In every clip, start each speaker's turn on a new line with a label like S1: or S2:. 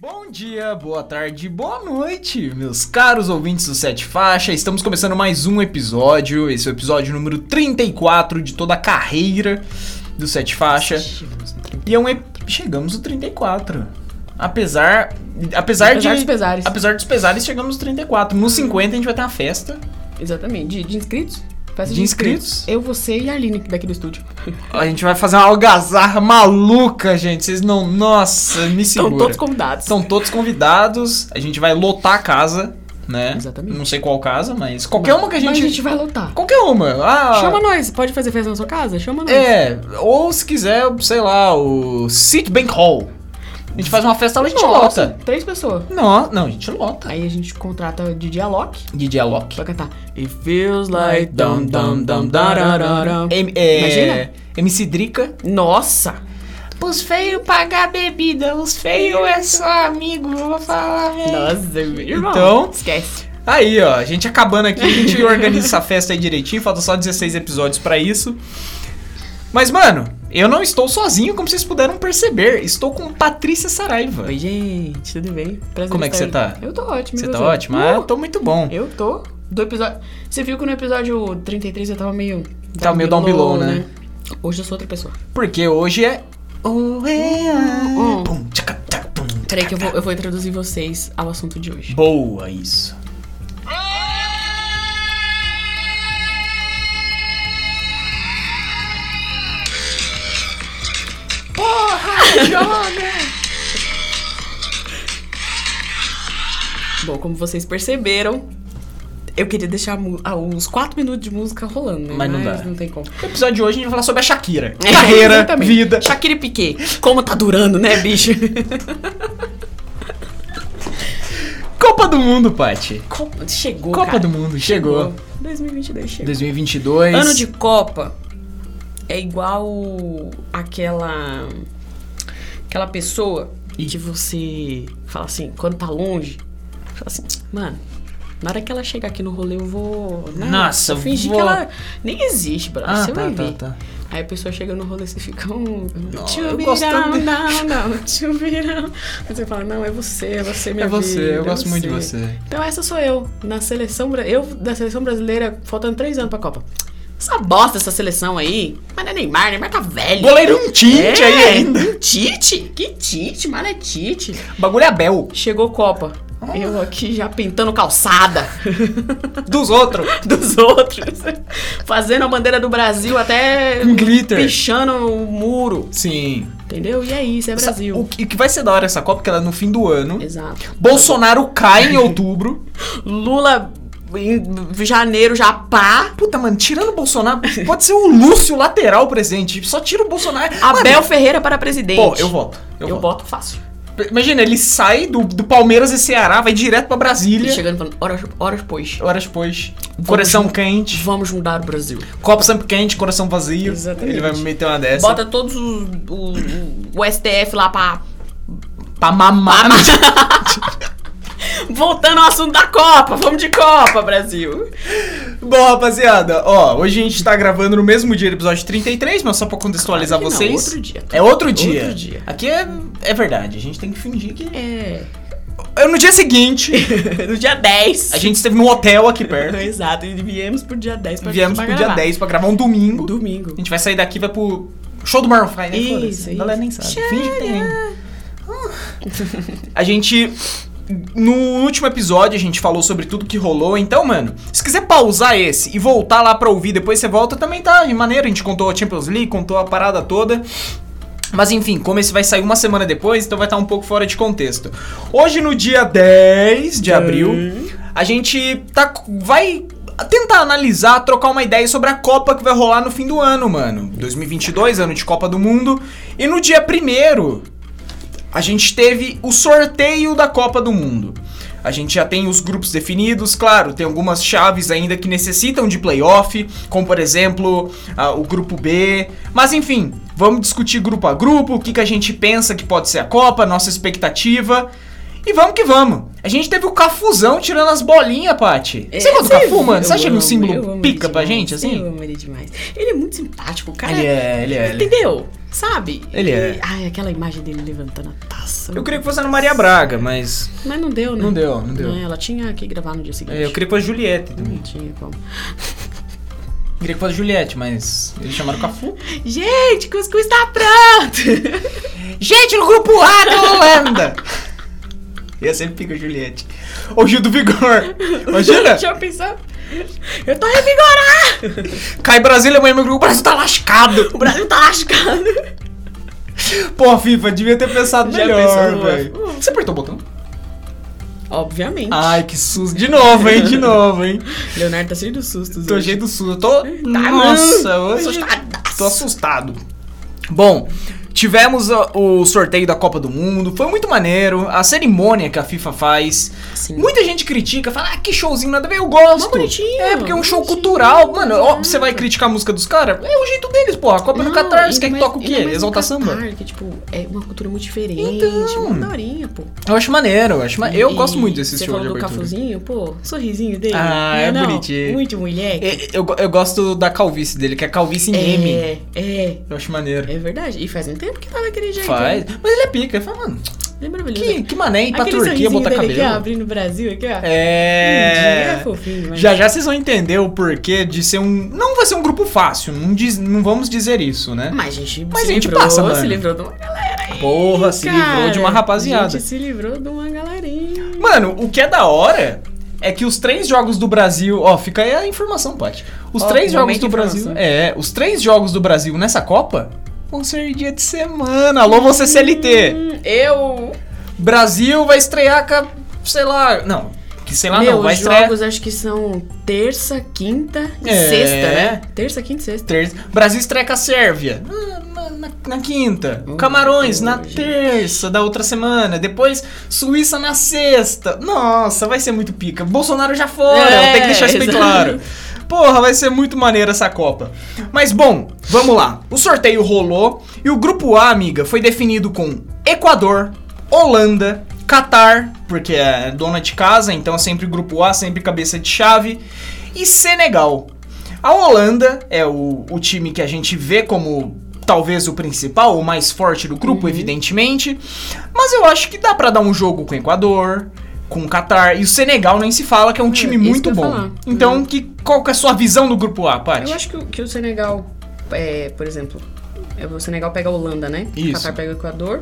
S1: Bom dia, boa tarde, boa noite, meus caros ouvintes do Sete Faixa. Estamos começando mais um episódio. Esse é o episódio número 34 de toda a carreira do Sete Faixa. E é um ep... chegamos no 34. Apesar apesar,
S2: Apesar
S1: de
S2: dos pesares.
S1: apesar dos pesares, chegamos no 34. No 50 a gente vai ter uma festa.
S2: Exatamente. De, de inscritos? Festa
S1: De inscritos.
S2: Eu, você e a Aline daqui do estúdio.
S1: A gente vai fazer uma algazarra maluca, gente. Vocês não, nossa, me segura.
S2: Estão Então, todos convidados.
S1: São Então, todos convidados, a gente vai lotar a casa, né?
S2: Exatamente.
S1: Não sei qual casa, mas qualquer uma Então, que a
S2: Mas
S1: gente.
S2: a gente vai lotar.
S1: Qualquer uma. Ah,
S2: Chama nós. Pode fazer festa na sua casa? Chama nós.
S1: É, ou se quiser, sei lá, o Citibank Hall. A gente faz uma festa lá e a gente
S2: Nossa,
S1: lota.
S2: Três pessoas.
S1: Não, não, a gente lota.
S2: Aí a gente contrata Didi Alok
S1: DJ Alok.
S2: pra cantar It feels like dum dum dum dararara.
S1: dararara. M- é,
S2: Imagina.
S1: MC Drica.
S2: Nossa!
S1: Os feios pagar bebida, os feios é só amigo, vou falar
S2: Nossa,
S1: É.
S2: irmão.
S1: Então-
S2: Esquece.
S1: Aí, ó, a gente acabando aqui, a gente organiza essa festa aí direitinho, falta só 16 episódios pra isso. Mas, mano, eu não estou sozinho, como vocês puderam perceber. Estou com Patrícia Saraiva.
S2: Oi, gente. Tudo bem? Prazer
S1: Como é que
S2: estar
S1: você
S2: aí.
S1: tá?
S2: Eu tô ótimo. e
S1: Você tá ótima? Ah,
S2: Uh,
S1: tô muito bom.
S2: Eu tô. Do episódio. Você viu que no episódio 33 eu tava meio.
S1: Tava meio down below, né?
S2: Hoje eu sou outra pessoa.
S1: Porque hoje é.
S2: Hum.
S1: Pum, tchaca, tchaca, pum, tchaca.
S2: Peraí que eu vou, eu vou introduzir vocês ao assunto de hoje.
S1: Boa, isso.
S2: Porra, joga! Bom, como vocês perceberam, eu queria deixar mu- ah, uns 4 minutos de música rolando, né?
S1: Mas não dá.
S2: tem como.
S1: No episódio de hoje a gente vai falar sobre a Shakira. Carreira,
S2: Exatamente.
S1: vida.
S2: Shakira e Piquet. Como tá durando, né, bicho?
S1: Copa do Mundo, Paty.
S2: Copa- Chegou,
S1: Copa
S2: cara.
S1: do Mundo, chegou.
S2: 2022 chegou.
S1: 2022.
S2: Ano de Copa é igual aquela aquela pessoa
S1: Ih.
S2: que você fala assim, quando tá longe, fala assim, mano, na hora que ela chegar aqui no rolê eu vou, não,
S1: Nossa,
S2: eu fingir
S1: vou-
S2: que ela nem existe, brother,
S1: Ah,
S2: você
S1: tá,
S2: vai
S1: tá,
S2: ver.
S1: tá.
S2: Aí a pessoa chega no rolê, você fica um. Não,
S1: eu gosto tanto
S2: não,
S1: dele.
S2: não, não, tchubirão. Aí você fala, não, é você, é você, minha
S1: É você,
S2: vida,
S1: eu gosto muito de você.
S2: então essa sou eu, na seleção bra- eu da seleção brasileira, faltando três anos pra Copa. Essa bosta, essa seleção aí. Mas não é Neymar, Neymar tá velho.
S1: Goleiro um tinte
S2: É,
S1: aí ainda.
S2: um Tite? Que Tite? Mano, é Tite.
S1: Bagulho é Abel.
S2: Chegou Copa.
S1: Ah.
S2: Eu aqui já pintando calçada
S1: Dos outros.
S2: dos outros. Fazendo a bandeira do Brasil até
S1: Com glitter.
S2: pichando o muro.
S1: Sim.
S2: Entendeu? E é isso, é Brasil.
S1: O que o que vai ser da hora essa Copa, porque ela é no fim do ano.
S2: Exato.
S1: Bolsonaro cai em outubro.
S2: Lula em janeiro já pá.
S1: Puta, mano, tirando o Bolsonaro, pode ser o Lúcio lateral presente. Só tira o Bolsonaro.
S2: Abel
S1: Mano,
S2: Ferreira para presidente.
S1: Pô, eu voto. Eu, voto.
S2: Eu, boto fácil.
S1: Imagina, ele sai do, do Palmeiras e Ceará, vai direto pra
S2: Ele
S1: Brasília.
S2: chegando e falando, horas, horas depois,
S1: Horas depois. Coração quente.
S2: vamos mudar o Brasil.
S1: Copo sempre quente, coração vazio.
S2: Exatamente.
S1: Ele vai meter uma dessa.
S2: Bota todos os, o, o STF lá pra...
S1: pra mamar.
S2: Voltando ao assunto da Copa, vamos de Copa, Brasil.
S1: Bom, rapaziada, ó, hoje a gente tá gravando no mesmo dia do episódio 33, mas só pra contextualizar
S2: Claro que não,
S1: vocês.
S2: outro dia.
S1: É outro dia.
S2: Outro dia.
S1: Aqui é, é verdade, a gente tem que fingir que.
S2: É,
S1: Eu, no dia seguinte,
S2: no dia 10.
S1: a gente esteve num hotel aqui perto.
S2: Exato, e viemos pro dia 10 pra
S1: viemos
S2: pra
S1: pro dia
S2: gravar.
S1: 10 pra gravar um domingo.
S2: Domingo.
S1: A gente vai sair daqui e vai pro show do Maroon 5, né?
S2: Isso,
S1: Foda-se,
S2: isso.
S1: A galera nem sabe. Finge que tem. A gente. No último episódio a gente falou sobre tudo que rolou, então, mano, se quiser pausar esse e voltar lá pra ouvir, depois você volta, também tá de maneira. A gente contou a Champions League, contou a parada toda. Mas enfim, como esse vai sair uma semana depois, então vai estar um pouco fora de contexto. Hoje, no dia 10 de abril, a gente tá, vai tentar analisar, trocar uma ideia sobre a Copa que vai rolar no fim do ano, mano. 2022, ano de Copa do Mundo. E no dia 1 a gente teve o sorteio da Copa do Mundo. A gente já tem os grupos definidos, claro, tem algumas chaves ainda que necessitam de playoff, como por exemplo ah, o grupo B. Mas enfim, vamos discutir grupo a grupo, o que, que a gente pensa que pode ser a Copa, nossa expectativa. E vamos que vamos! A gente teve o Cafuzão tirando as bolinhas, Paty. Você
S2: É,
S1: gosta do Cafu, mano? Você acha ele um símbolo pica pra gente, assim?
S2: Eu amo ele demais. Ele é muito simpático, o cara.
S1: Ele é, ele é. ele é.
S2: Entendeu? Sabe?
S1: Ele é.
S2: E- Ai, aquela imagem dele levantando a taça.
S1: Eu queria que fosse a Ana Maria Braga, mas.
S2: Mas não deu, né?
S1: Não deu, não deu.
S2: Ela tinha que gravar no dia seguinte.
S1: é, Eu queria que fosse Juliette também.
S2: Não tinha como.
S1: Eu queria que fosse Juliette, mas. Eles chamaram o Cafu.
S2: Gente, cuscuz tá pronto!
S1: Gente, no grupo A da Holanda! Ia ser pica Juliette. Ô Gil do Vigor! Imagina!
S2: Deixa eu pensar. Eu tô revigorado!
S1: Cai Brasília amanhã meu grupo, o Brasil tá lascado!
S2: O Brasil tá lascado!
S1: Pô, FIFA, devia ter pensado
S2: Já
S1: melhor,
S2: pensou,
S1: velho.
S2: ué.
S1: Você apertou o botão?
S2: Obviamente.
S1: Ai, que susto! De novo, hein? De novo, hein?
S2: Leonardo tá cheio de sustos.
S1: Tô
S2: hoje.
S1: cheio do susto. Eu tô. Nossa,
S2: não.
S1: hoje.
S2: Tá, Assustadaço.
S1: Tô assustado. Bom. Tivemos ó, o sorteio da Copa do Mundo, foi muito maneiro. A cerimônia que a FIFA faz.
S2: Sim.
S1: Muita gente critica, fala, ah, que showzinho nada a ver, eu gosto.
S2: Mó bonitinho,
S1: É, porque é um show
S2: bonitinho,
S1: cultural. Mano, ó,
S2: exato.
S1: você vai criticar a música dos caras? É o jeito deles, porra. A Copa do
S2: Não,
S1: Catar,
S2: ainda
S1: você quer que
S2: mais-
S1: toque o quê?
S2: ainda mais no
S1: Exalta samba?
S2: Catar, que, tipo, é uma cultura muito diferente.
S1: Então.
S2: Uma daorinha, pô.
S1: Eu acho maneiro, eu, acho ma... eu
S2: E-
S1: gosto muito desse
S2: você
S1: show de
S2: falou do
S1: abertura.
S2: Cafuzinho, pô, sorrisinho dele.
S1: Ah,
S2: não
S1: é
S2: não?
S1: bonitinho.
S2: Muito mulher.
S1: E- É, Eu, go- eu gosto da calvície dele, que é calvície em M.
S2: é, é,
S1: Eu acho maneiro.
S2: é verdade. E faz um tempo que tá daquele jeito.
S1: Faz.
S2: né?
S1: Mas ele é pica. Ele fala, mano,
S2: Ele é maravilhoso.
S1: que, que mané ir pra
S2: Aquele
S1: Turquia
S2: sorrisinho
S1: botar
S2: dele ah,
S1: cabelo.
S2: aqui, ó, abrindo o Brasil aqui, ó. Lindinho,
S1: É.
S2: é fofinho, mas...
S1: Já já vocês vão entender o porquê de ser um. Não vai ser um grupo fácil, não, diz- não vamos dizer isso, né?
S2: Mas a gente
S1: Mas
S2: se
S1: a gente
S2: livrou,
S1: passa, mano.
S2: se livrou de uma galera aí,
S1: Porra, se livrou de uma
S2: cara.
S1: rapaziada.
S2: A gente se livrou de uma galerinha.
S1: Mano, o que é da hora é que os três jogos do Brasil. Ó, fica aí a informação, Paty. Os
S2: Ó,
S1: três jogos
S2: momento
S1: do Brasil.
S2: informação.
S1: É, os três jogos do Brasil nessa Copa vão ser dia de semana. Alô, você CLT.
S2: Hum, eu...
S1: Brasil vai estrear com. a- Sei lá. Não, que sei lá
S2: Meu,
S1: não. Vai
S2: os
S1: estrear.
S2: jogos acho que são terça, quinta e
S1: É.
S2: sexta, né? Terça, quinta e sexta.
S1: Terça. Brasil estreia com a Sérvia. ah, Na, na- na quinta.
S2: Hum,
S1: Camarões na
S2: hoje.
S1: terça da outra semana. Depois Suíça na sexta. Nossa, vai ser muito pica. Bolsonaro já fora.
S2: É,
S1: tem que deixar isso bem
S2: exato.
S1: claro. Porra, vai ser muito maneira essa Copa. Mas bom, vamos lá. O sorteio rolou e o grupo A, amiga, foi definido com Equador, Holanda, Catar, porque é dona de casa, então é sempre grupo A, sempre cabeça de chave, e Senegal. A Holanda é o, o time que a gente vê como talvez o principal, o mais forte do
S2: Uhum.
S1: grupo, evidentemente. Mas eu acho que dá pra dar um jogo com o Equador, com o Catar, e o Senegal nem se fala, que é um
S2: É,
S1: time
S2: isso
S1: muito
S2: que eu ia
S1: bom.
S2: falar.
S1: Então, que, qual que é a sua visão do grupo A,
S2: Eu
S1: Paty?
S2: acho que, o- que o Senegal, é, por exemplo, é, o Senegal pega a Holanda, né?
S1: Isso.
S2: O Qatar pega o Equador.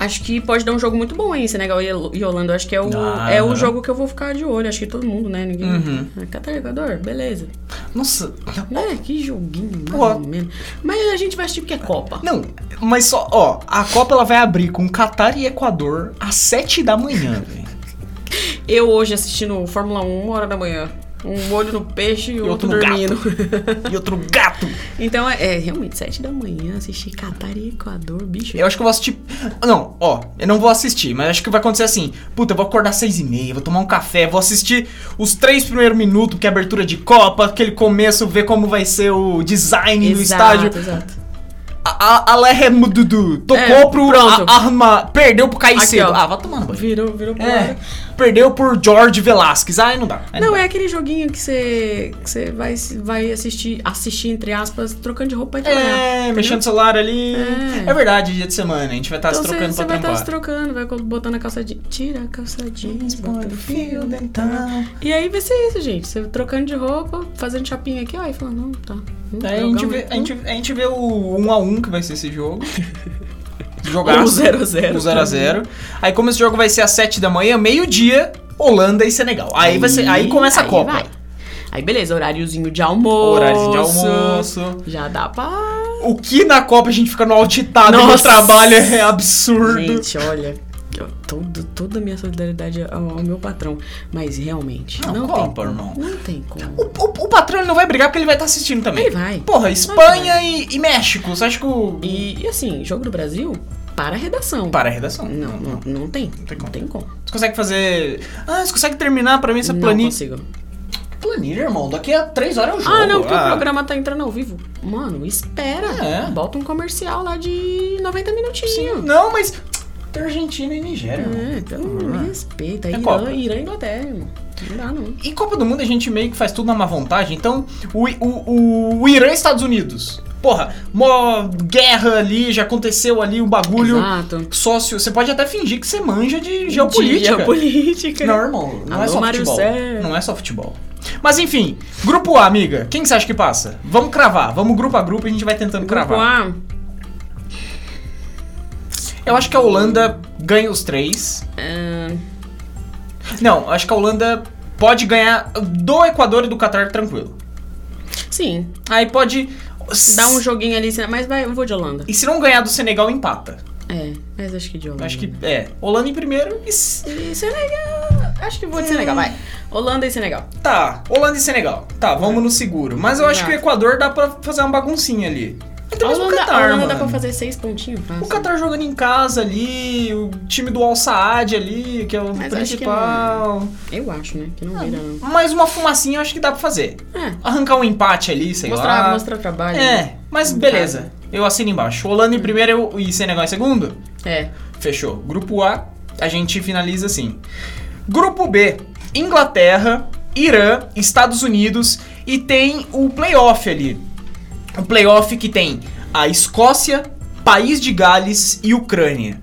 S2: Acho que pode dar um jogo muito bom aí, Senegal e e Holanda. Eu Acho que é o,
S1: Ah.
S2: é o jogo que eu vou ficar de olho. Acho que todo mundo, né? Ninguém.
S1: Uhum.
S2: Qatar e Equador, beleza.
S1: Nossa,
S2: Né? Que joguinho, mais
S1: Pô.
S2: ou menos. Mas a gente vai assistir porque é Copa.
S1: não, mas só, ó, a Copa ela vai abrir com Catar e Equador às 7 da manhã, velho.
S2: Eu hoje assistindo Fórmula 1, uma hora da manhã. Um olho no peixe e, o
S1: outro
S2: outro,
S1: no gato.
S2: dormindo.
S1: E outro gato.
S2: então, é, é, realmente, sete da manhã, assistir Catar e Equador, bicho.
S1: Eu acho que eu vou assistir. Não, ó, eu não vou assistir, mas acho que vai acontecer assim. Puta, eu vou acordar às 6 e meia, vou tomar um café, vou assistir os três primeiros minutos, que é abertura de Copa, aquele começo, ver como vai ser o design do estádio.
S2: Exato.
S1: A, a Alé Mududu tocou
S2: É,
S1: pro
S2: pronto.
S1: a- arma, perdeu pro
S2: Aqui,
S1: Caicedo.
S2: ó.
S1: Ah, vai tomando banho.
S2: Virou, virou pro
S1: É,
S2: lado.
S1: perdeu por George Velasquez. Ah, não dá. Aí
S2: Não,
S1: dá.
S2: é aquele joguinho que você que você vai, vai assistir, assistir, entre aspas, trocando de roupa e trabalhar.
S1: É,
S2: entendeu?
S1: mexendo no celular ali. É.
S2: É.
S1: verdade, dia de semana. A gente vai estar
S2: Então
S1: se trocando
S2: você
S1: pra
S2: vai estar se
S1: trampar.
S2: trocando, vai botando a calça jeans. Tira a calça jeans, bota o fio dentro.
S1: dental.
S2: E aí vai ser isso, gente. Você trocando de roupa, fazendo chapinha aqui, ó, e falando, não, tá. Hum,
S1: Daí a gente,
S2: jogão,
S1: vê,
S2: hein?
S1: a, gente, a gente vê o 1 a 1 que vai ser esse jogo. Jogar.
S2: Ou 0 Um a 0
S1: O 0 a 0 Aí como esse jogo vai ser às 7 da manhã, meio-dia, Holanda e Senegal. Aí, vai ser, aí começa a
S2: aí
S1: Copa.
S2: vai. Aí beleza, horáriozinho de almoço.
S1: Horário de almoço.
S2: Já dá pra.
S1: O que na Copa a gente fica no altitado no
S2: Nossa.
S1: trabalho é absurdo.
S2: Gente, olha. eu- todo- toda a minha solidariedade ao, ao meu patrão. Mas realmente.
S1: Não,
S2: Não,
S1: Copa,
S2: tem como,
S1: irmão.
S2: Não tem
S1: O,
S2: como.
S1: o- o patrão ele não vai brigar porque ele vai estar assistindo também.
S2: Ele vai.
S1: Porra, Espanha e, e México. Você acha que o.
S2: E, e assim, jogo do Brasil, para a redação.
S1: Para a redação.
S2: Não, não, não tem. Não
S1: tem
S2: tem
S1: como.
S2: como.
S1: Você consegue fazer. Ah, você consegue terminar pra mim essa
S2: não
S1: planilha?
S2: consigo.
S1: Planilha, irmão. Daqui a 3 horas eu jogo.
S2: Ah, não, porque o programa tá entrando ao vivo. Mano, espera.
S1: É.
S2: Bota um comercial lá de 90 minutinhos.
S1: Não, mas. Tem Argentina e Nigéria. mano.
S2: É, pelo amor, me respeita.
S1: É
S2: Irã,
S1: Copa.
S2: Irã e Inglaterra, irmão. Não dá, não.
S1: E Copa do Mundo a gente meio que faz tudo na má vontade. Então, o, I- o, o, o Irã e Estados Unidos. Porra, mó guerra ali, já aconteceu ali o bagulho.
S2: Exato.
S1: Sócio, você pode até fingir que você manja de geopolítica.
S2: De geopolítica.
S1: Não, irmão, não é
S2: Alô,
S1: só
S2: Mário
S1: futebol.
S2: Sérgio.
S1: Não é só futebol. Mas enfim, grupo A, amiga. Quem que você acha que passa? Vamos cravar. Vamos grupo a grupo e a gente vai tentando
S2: Grupo
S1: cravar.
S2: A,
S1: Eu acho que a Holanda ganha os três.
S2: é,
S1: Não, acho que a Holanda pode ganhar do Equador e do Catar tranquilo.
S2: sim,
S1: Aí pode.
S2: dá um joguinho ali, mas vai, eu vou de Holanda.
S1: E se não ganhar do Senegal, empata.
S2: É, mas acho que de Holanda.
S1: Acho que é. Holanda em primeiro e. s-
S2: E Senegal, acho que vou de
S1: É.
S2: Senegal, vai. Holanda e Senegal.
S1: Tá, Holanda e Senegal. Tá, vamos no seguro. Mas eu acho que o
S2: Exato.
S1: Equador dá pra fazer uma baguncinha ali. Então,
S2: a
S1: mesmo o
S2: Holanda,
S1: Qatar,
S2: a Holanda
S1: mano.
S2: dá pra fazer seis pontinhos fácil.
S1: O Qatar jogando em casa ali, o time do Al Saad ali, que é o
S2: Mas acho que
S1: principal.
S2: Eu acho, né, que
S1: Ah.
S2: não vira, não.
S1: Mais uma fumacinha eu acho que dá pra fazer.
S2: É,
S1: Arrancar um empate ali, sei
S2: mostrar,
S1: lá.
S2: mostrar o trabalho. né?
S1: É, mas beleza. Eu assino embaixo. Holanda em primeiro eu- e Senegal em segundo?
S2: É,
S1: Fechou. Grupo A, a gente finaliza assim. Grupo B, Inglaterra, Irã, Estados Unidos e tem o playoff ali. O Um playoff que tem a Escócia, País de Gales e Ucrânia.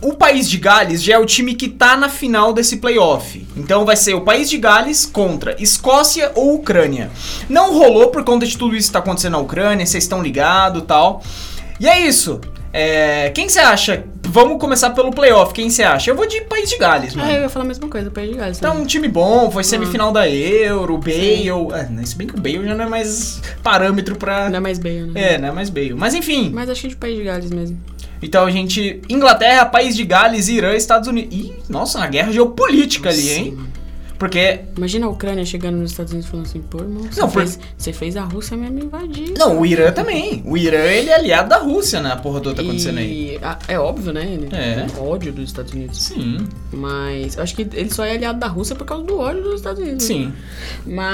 S1: O País de Gales já é o time que tá na final desse playoff. Então vai ser o País de Gales contra Escócia ou Ucrânia. Não rolou por conta de tudo isso que tá acontecendo na Ucrânia, vocês estão ligados tal. E é isso. É, quem você acha? Vamos começar pelo playoff. Quem você acha? Eu vou de País de Gales, mano.
S2: Ah, eu Hum. ia falar a mesma coisa, País de Gales. né?
S1: Então, um time bom, foi semifinal da Euro, Bale. Ah, se bem que o Bale já não é mais parâmetro pra.
S2: Ainda mais bem, né?
S1: É, não é mais Bale. Mas enfim.
S2: Mas acho que de País de Gales mesmo.
S1: Então a gente. Inglaterra, País de Gales, Irã, Estados Unidos. Ih, nossa, uma guerra geopolítica ali,
S2: Nossa,
S1: hein? Porque.
S2: Imagina a Ucrânia chegando nos Estados Unidos falando assim, pô, irmão, você,
S1: Não, por-
S2: fez, você fez a Rússia mesmo invadir.
S1: Não, o Irã também. O Irã, ele é aliado da Rússia, né? A porra toda tá acontecendo aí.
S2: E a- é óbvio, né? Ele
S1: É.
S2: tem ódio dos Estados Unidos.
S1: Sim,
S2: Mas eu acho que ele só é aliado da Rússia por causa do ódio dos Estados Unidos. né?
S1: sim.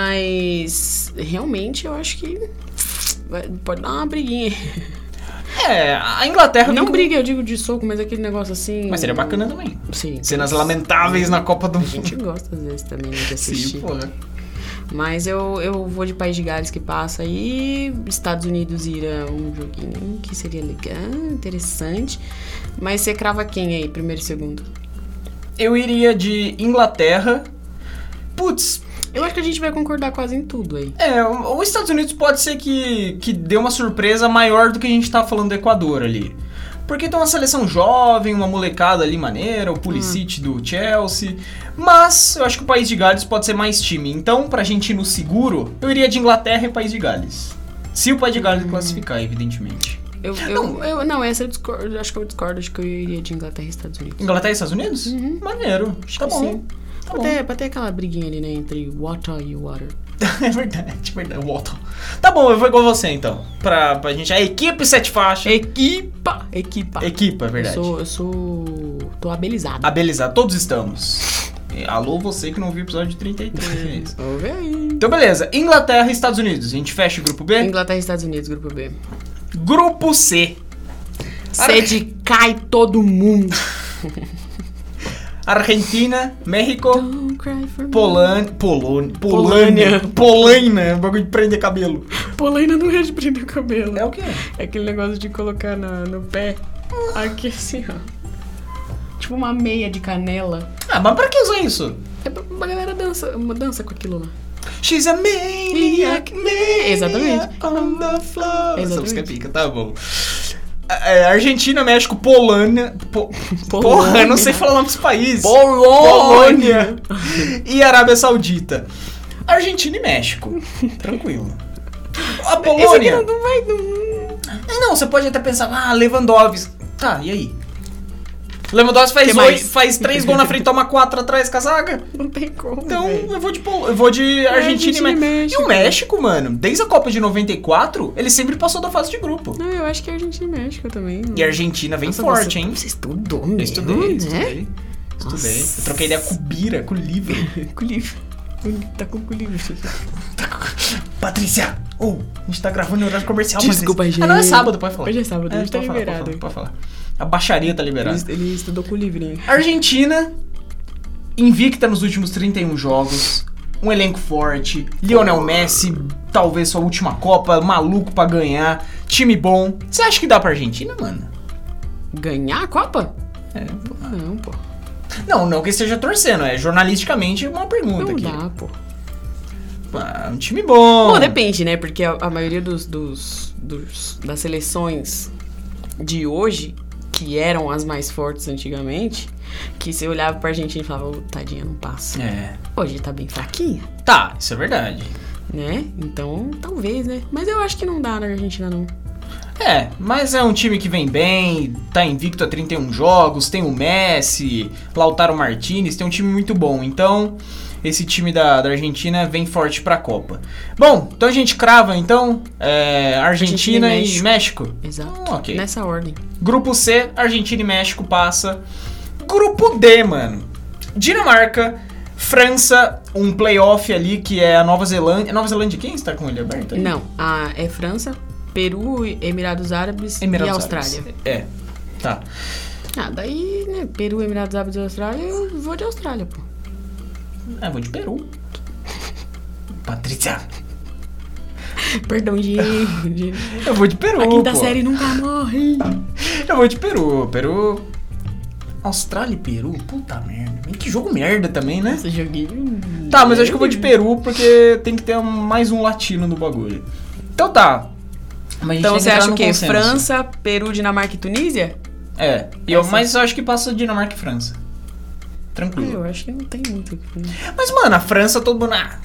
S2: Mas realmente eu acho que vai- pode dar uma briguinha.
S1: É, a Inglaterra.
S2: Não
S1: tem-
S2: briga, eu digo de soco, mas aquele negócio assim.
S1: Mas seria bacana também.
S2: Sim.
S1: Cenas lamentáveis na Copa do
S2: A
S1: Mundo.
S2: gente gosta às vezes também né, de assistir.
S1: Sim, porra.
S2: Mas eu, eu vou de País de Gales que passa aí, Estados Unidos e Irã, um joguinho que seria legal, interessante. Mas você crava quem aí, primeiro e segundo?
S1: Eu iria de Inglaterra. Putz,
S2: Eu acho que a gente vai concordar quase em tudo aí.
S1: é, o- os Estados Unidos pode ser que, que dê uma surpresa maior do que a gente tá falando do Equador ali. Porque tem uma seleção jovem, uma molecada ali maneira, o
S2: Hum.
S1: Pulisic do Chelsea. Mas eu acho que o País de Gales pode ser mais time. Então, pra gente ir no seguro, eu iria de Inglaterra e País de Gales. Se o País de
S2: Hum.
S1: Gales classificar, evidentemente.
S2: Eu, eu,
S1: Não.
S2: não. Eu, não, essa eu discordo, acho que eu discordo, acho que eu iria de Inglaterra e Estados Unidos.
S1: Inglaterra e Estados Unidos? Maneiro. tá
S2: Uhum. que
S1: bom.
S2: sim.
S1: Tá
S2: Pra
S1: bom.
S2: ter, pra ter aquela briguinha ali, né, entre water e water.
S1: É verdade, verdade. Walton. Tá bom, eu vou igual você então. Pra, pra gente. A equipe sete faixas.
S2: Equipa! Equipa.
S1: Equipa, é
S2: Eu
S1: verdade.
S2: sou, eu sou... tô abelizada.
S1: Abelizar, Ah, todos estamos. E Alô, você que não viu o episódio 33. é isso.
S2: Ouve aí.
S1: Então, beleza. Inglaterra e Estados Unidos. A gente fecha o grupo B.
S2: Inglaterra e Estados Unidos, grupo B.
S1: Grupo C.
S2: Sede cai todo mundo.
S1: Argentina, México,
S2: Don't cry for me.
S1: Polônia. Polônia. Polônia. Polônia. Bagulho de prender cabelo.
S2: Polaina não é de prender o cabelo.
S1: É o quê?
S2: É aquele negócio de colocar na- no pé.
S1: Ah.
S2: Aqui assim, ó. Tipo uma meia de canela.
S1: Ah, mas pra que usar isso?
S2: É pra, pra galera dança, uma dança com aquilo lá.
S1: She's a maniac, maniac
S2: Exatamente.
S1: On the floor. Essa
S2: Exatamente.
S1: música é pica, tá bom. É, Argentina, México, Polônia. Po-
S2: Polônia.
S1: Porra, eu não sei falar o nome dos países. Polônia.
S2: Polônia.
S1: E Arábia Saudita. Argentina e México. Tranquilo. A
S2: Esse é aqui
S1: Polônia.
S2: não, não vai. Não...
S1: Não, você pode até pensar, ah, Lewandowski. Tá, e aí? Lewandowski
S2: Que
S1: faz,
S2: mais?
S1: oito, faz três gols na frente, toma quatro atrás com a zaga.
S2: Não tem como.
S1: Então,
S2: velho.
S1: eu vou de, Pol- eu vou de Argentina,
S2: É. Argentina
S1: e
S2: e
S1: México.
S2: México.
S1: E o México, mano, desde a Copa de 94, ele sempre passou da fase de grupo.
S2: Não, eu acho que a gente e México também. né?
S1: E a Argentina vem
S2: Nossa,
S1: forte,
S2: você,
S1: hein?
S2: Você estudou mesmo,
S1: Eu estudei,
S2: né?
S1: estudei. Estudei.
S2: Nossa.
S1: Eu troquei ideia com o Bira, com o Livre.
S2: Com o livro. Tá com o livro.
S1: Patrícia! Ô, a gente tá gravando em horário comercial, Patrícia.
S2: Desculpa, gente.
S1: Ah, não, é sábado, pode falar.
S2: Hoje é sábado,
S1: a
S2: hoje
S1: gente
S2: tá
S1: pode falar, pode
S2: liberado.
S1: falar, pode falar. A baixaria tá liberada.
S2: Ele, ele estudou com o livrinho.
S1: Argentina, invicta nos últimos 31 jogos. Um elenco forte. Lionel Messi, talvez sua última Copa, maluco pra ganhar. Time bom. Você acha que dá pra Argentina, mano?
S2: Ganhar a Copa?
S1: É, pô.
S2: Não, pô.
S1: Não, não que esteja torcendo, é jornalisticamente uma pergunta
S2: Não
S1: aqui.
S2: dá, pô.
S1: Ah, um time bom.
S2: Bom, depende, né? Porque a, a maioria dos, dos, dos- das seleções de hoje, que eram as mais fortes antigamente, que você olhava pra Argentina e falava, "Ô, tadinha, não passa.
S1: É.
S2: Hoje tá bem fraquinha,
S1: Tá, isso é verdade.
S2: né? Então, talvez, né? Mas eu acho que não dá na Argentina, não.
S1: É, mas é um time que vem bem, tá invicto a 31 jogos, tem o Messi, Lautaro Martinez, tem um time muito bom. Então, esse time da, da Argentina vem forte pra Copa. Bom, então a gente crava, então, é, Argentina,
S2: Argentina e
S1: e México.
S2: Exato.
S1: Hum, ok.
S2: Nessa ordem.
S1: Grupo C, Argentina e México passa. Grupo D, mano. Dinamarca, França, um playoff ali que é a Nova Zelândia. Nova Zelândia quem está com ele aberto? aí?
S2: Não, a, é França, Peru, Emirados Árabes
S1: Emirados
S2: e
S1: Árabes.
S2: Austrália.
S1: É. Tá.
S2: Ah, daí, né? Peru, Emirados Árabes e Austrália, eu vou de Austrália, pô.
S1: Ah, vou de Peru. Patrícia.
S2: Perdão de. de...
S1: Eu vou de Peru.
S2: A quinta
S1: pô.
S2: série nunca morre.
S1: Eu vou de Peru. Peru. Austrália e Peru? Puta merda. Que jogo merda também, né?
S2: Esse joguinho. é
S1: Tá, mas acho que eu vou de Peru porque tem que ter um- mais um latino no bagulho. Então tá. Mas a gente
S2: Então
S1: tem que
S2: você
S1: entrar
S2: acha
S1: num
S2: o quê?
S1: consenso.
S2: França, Peru, Dinamarca e Tunísia?
S1: É, e eu,
S2: Essa.
S1: mas eu acho que passa Dinamarca e França. Tranquilo.
S2: É, Eu acho que não tem muito. o que-
S1: Mas, mano, a França todo mundo. Ah,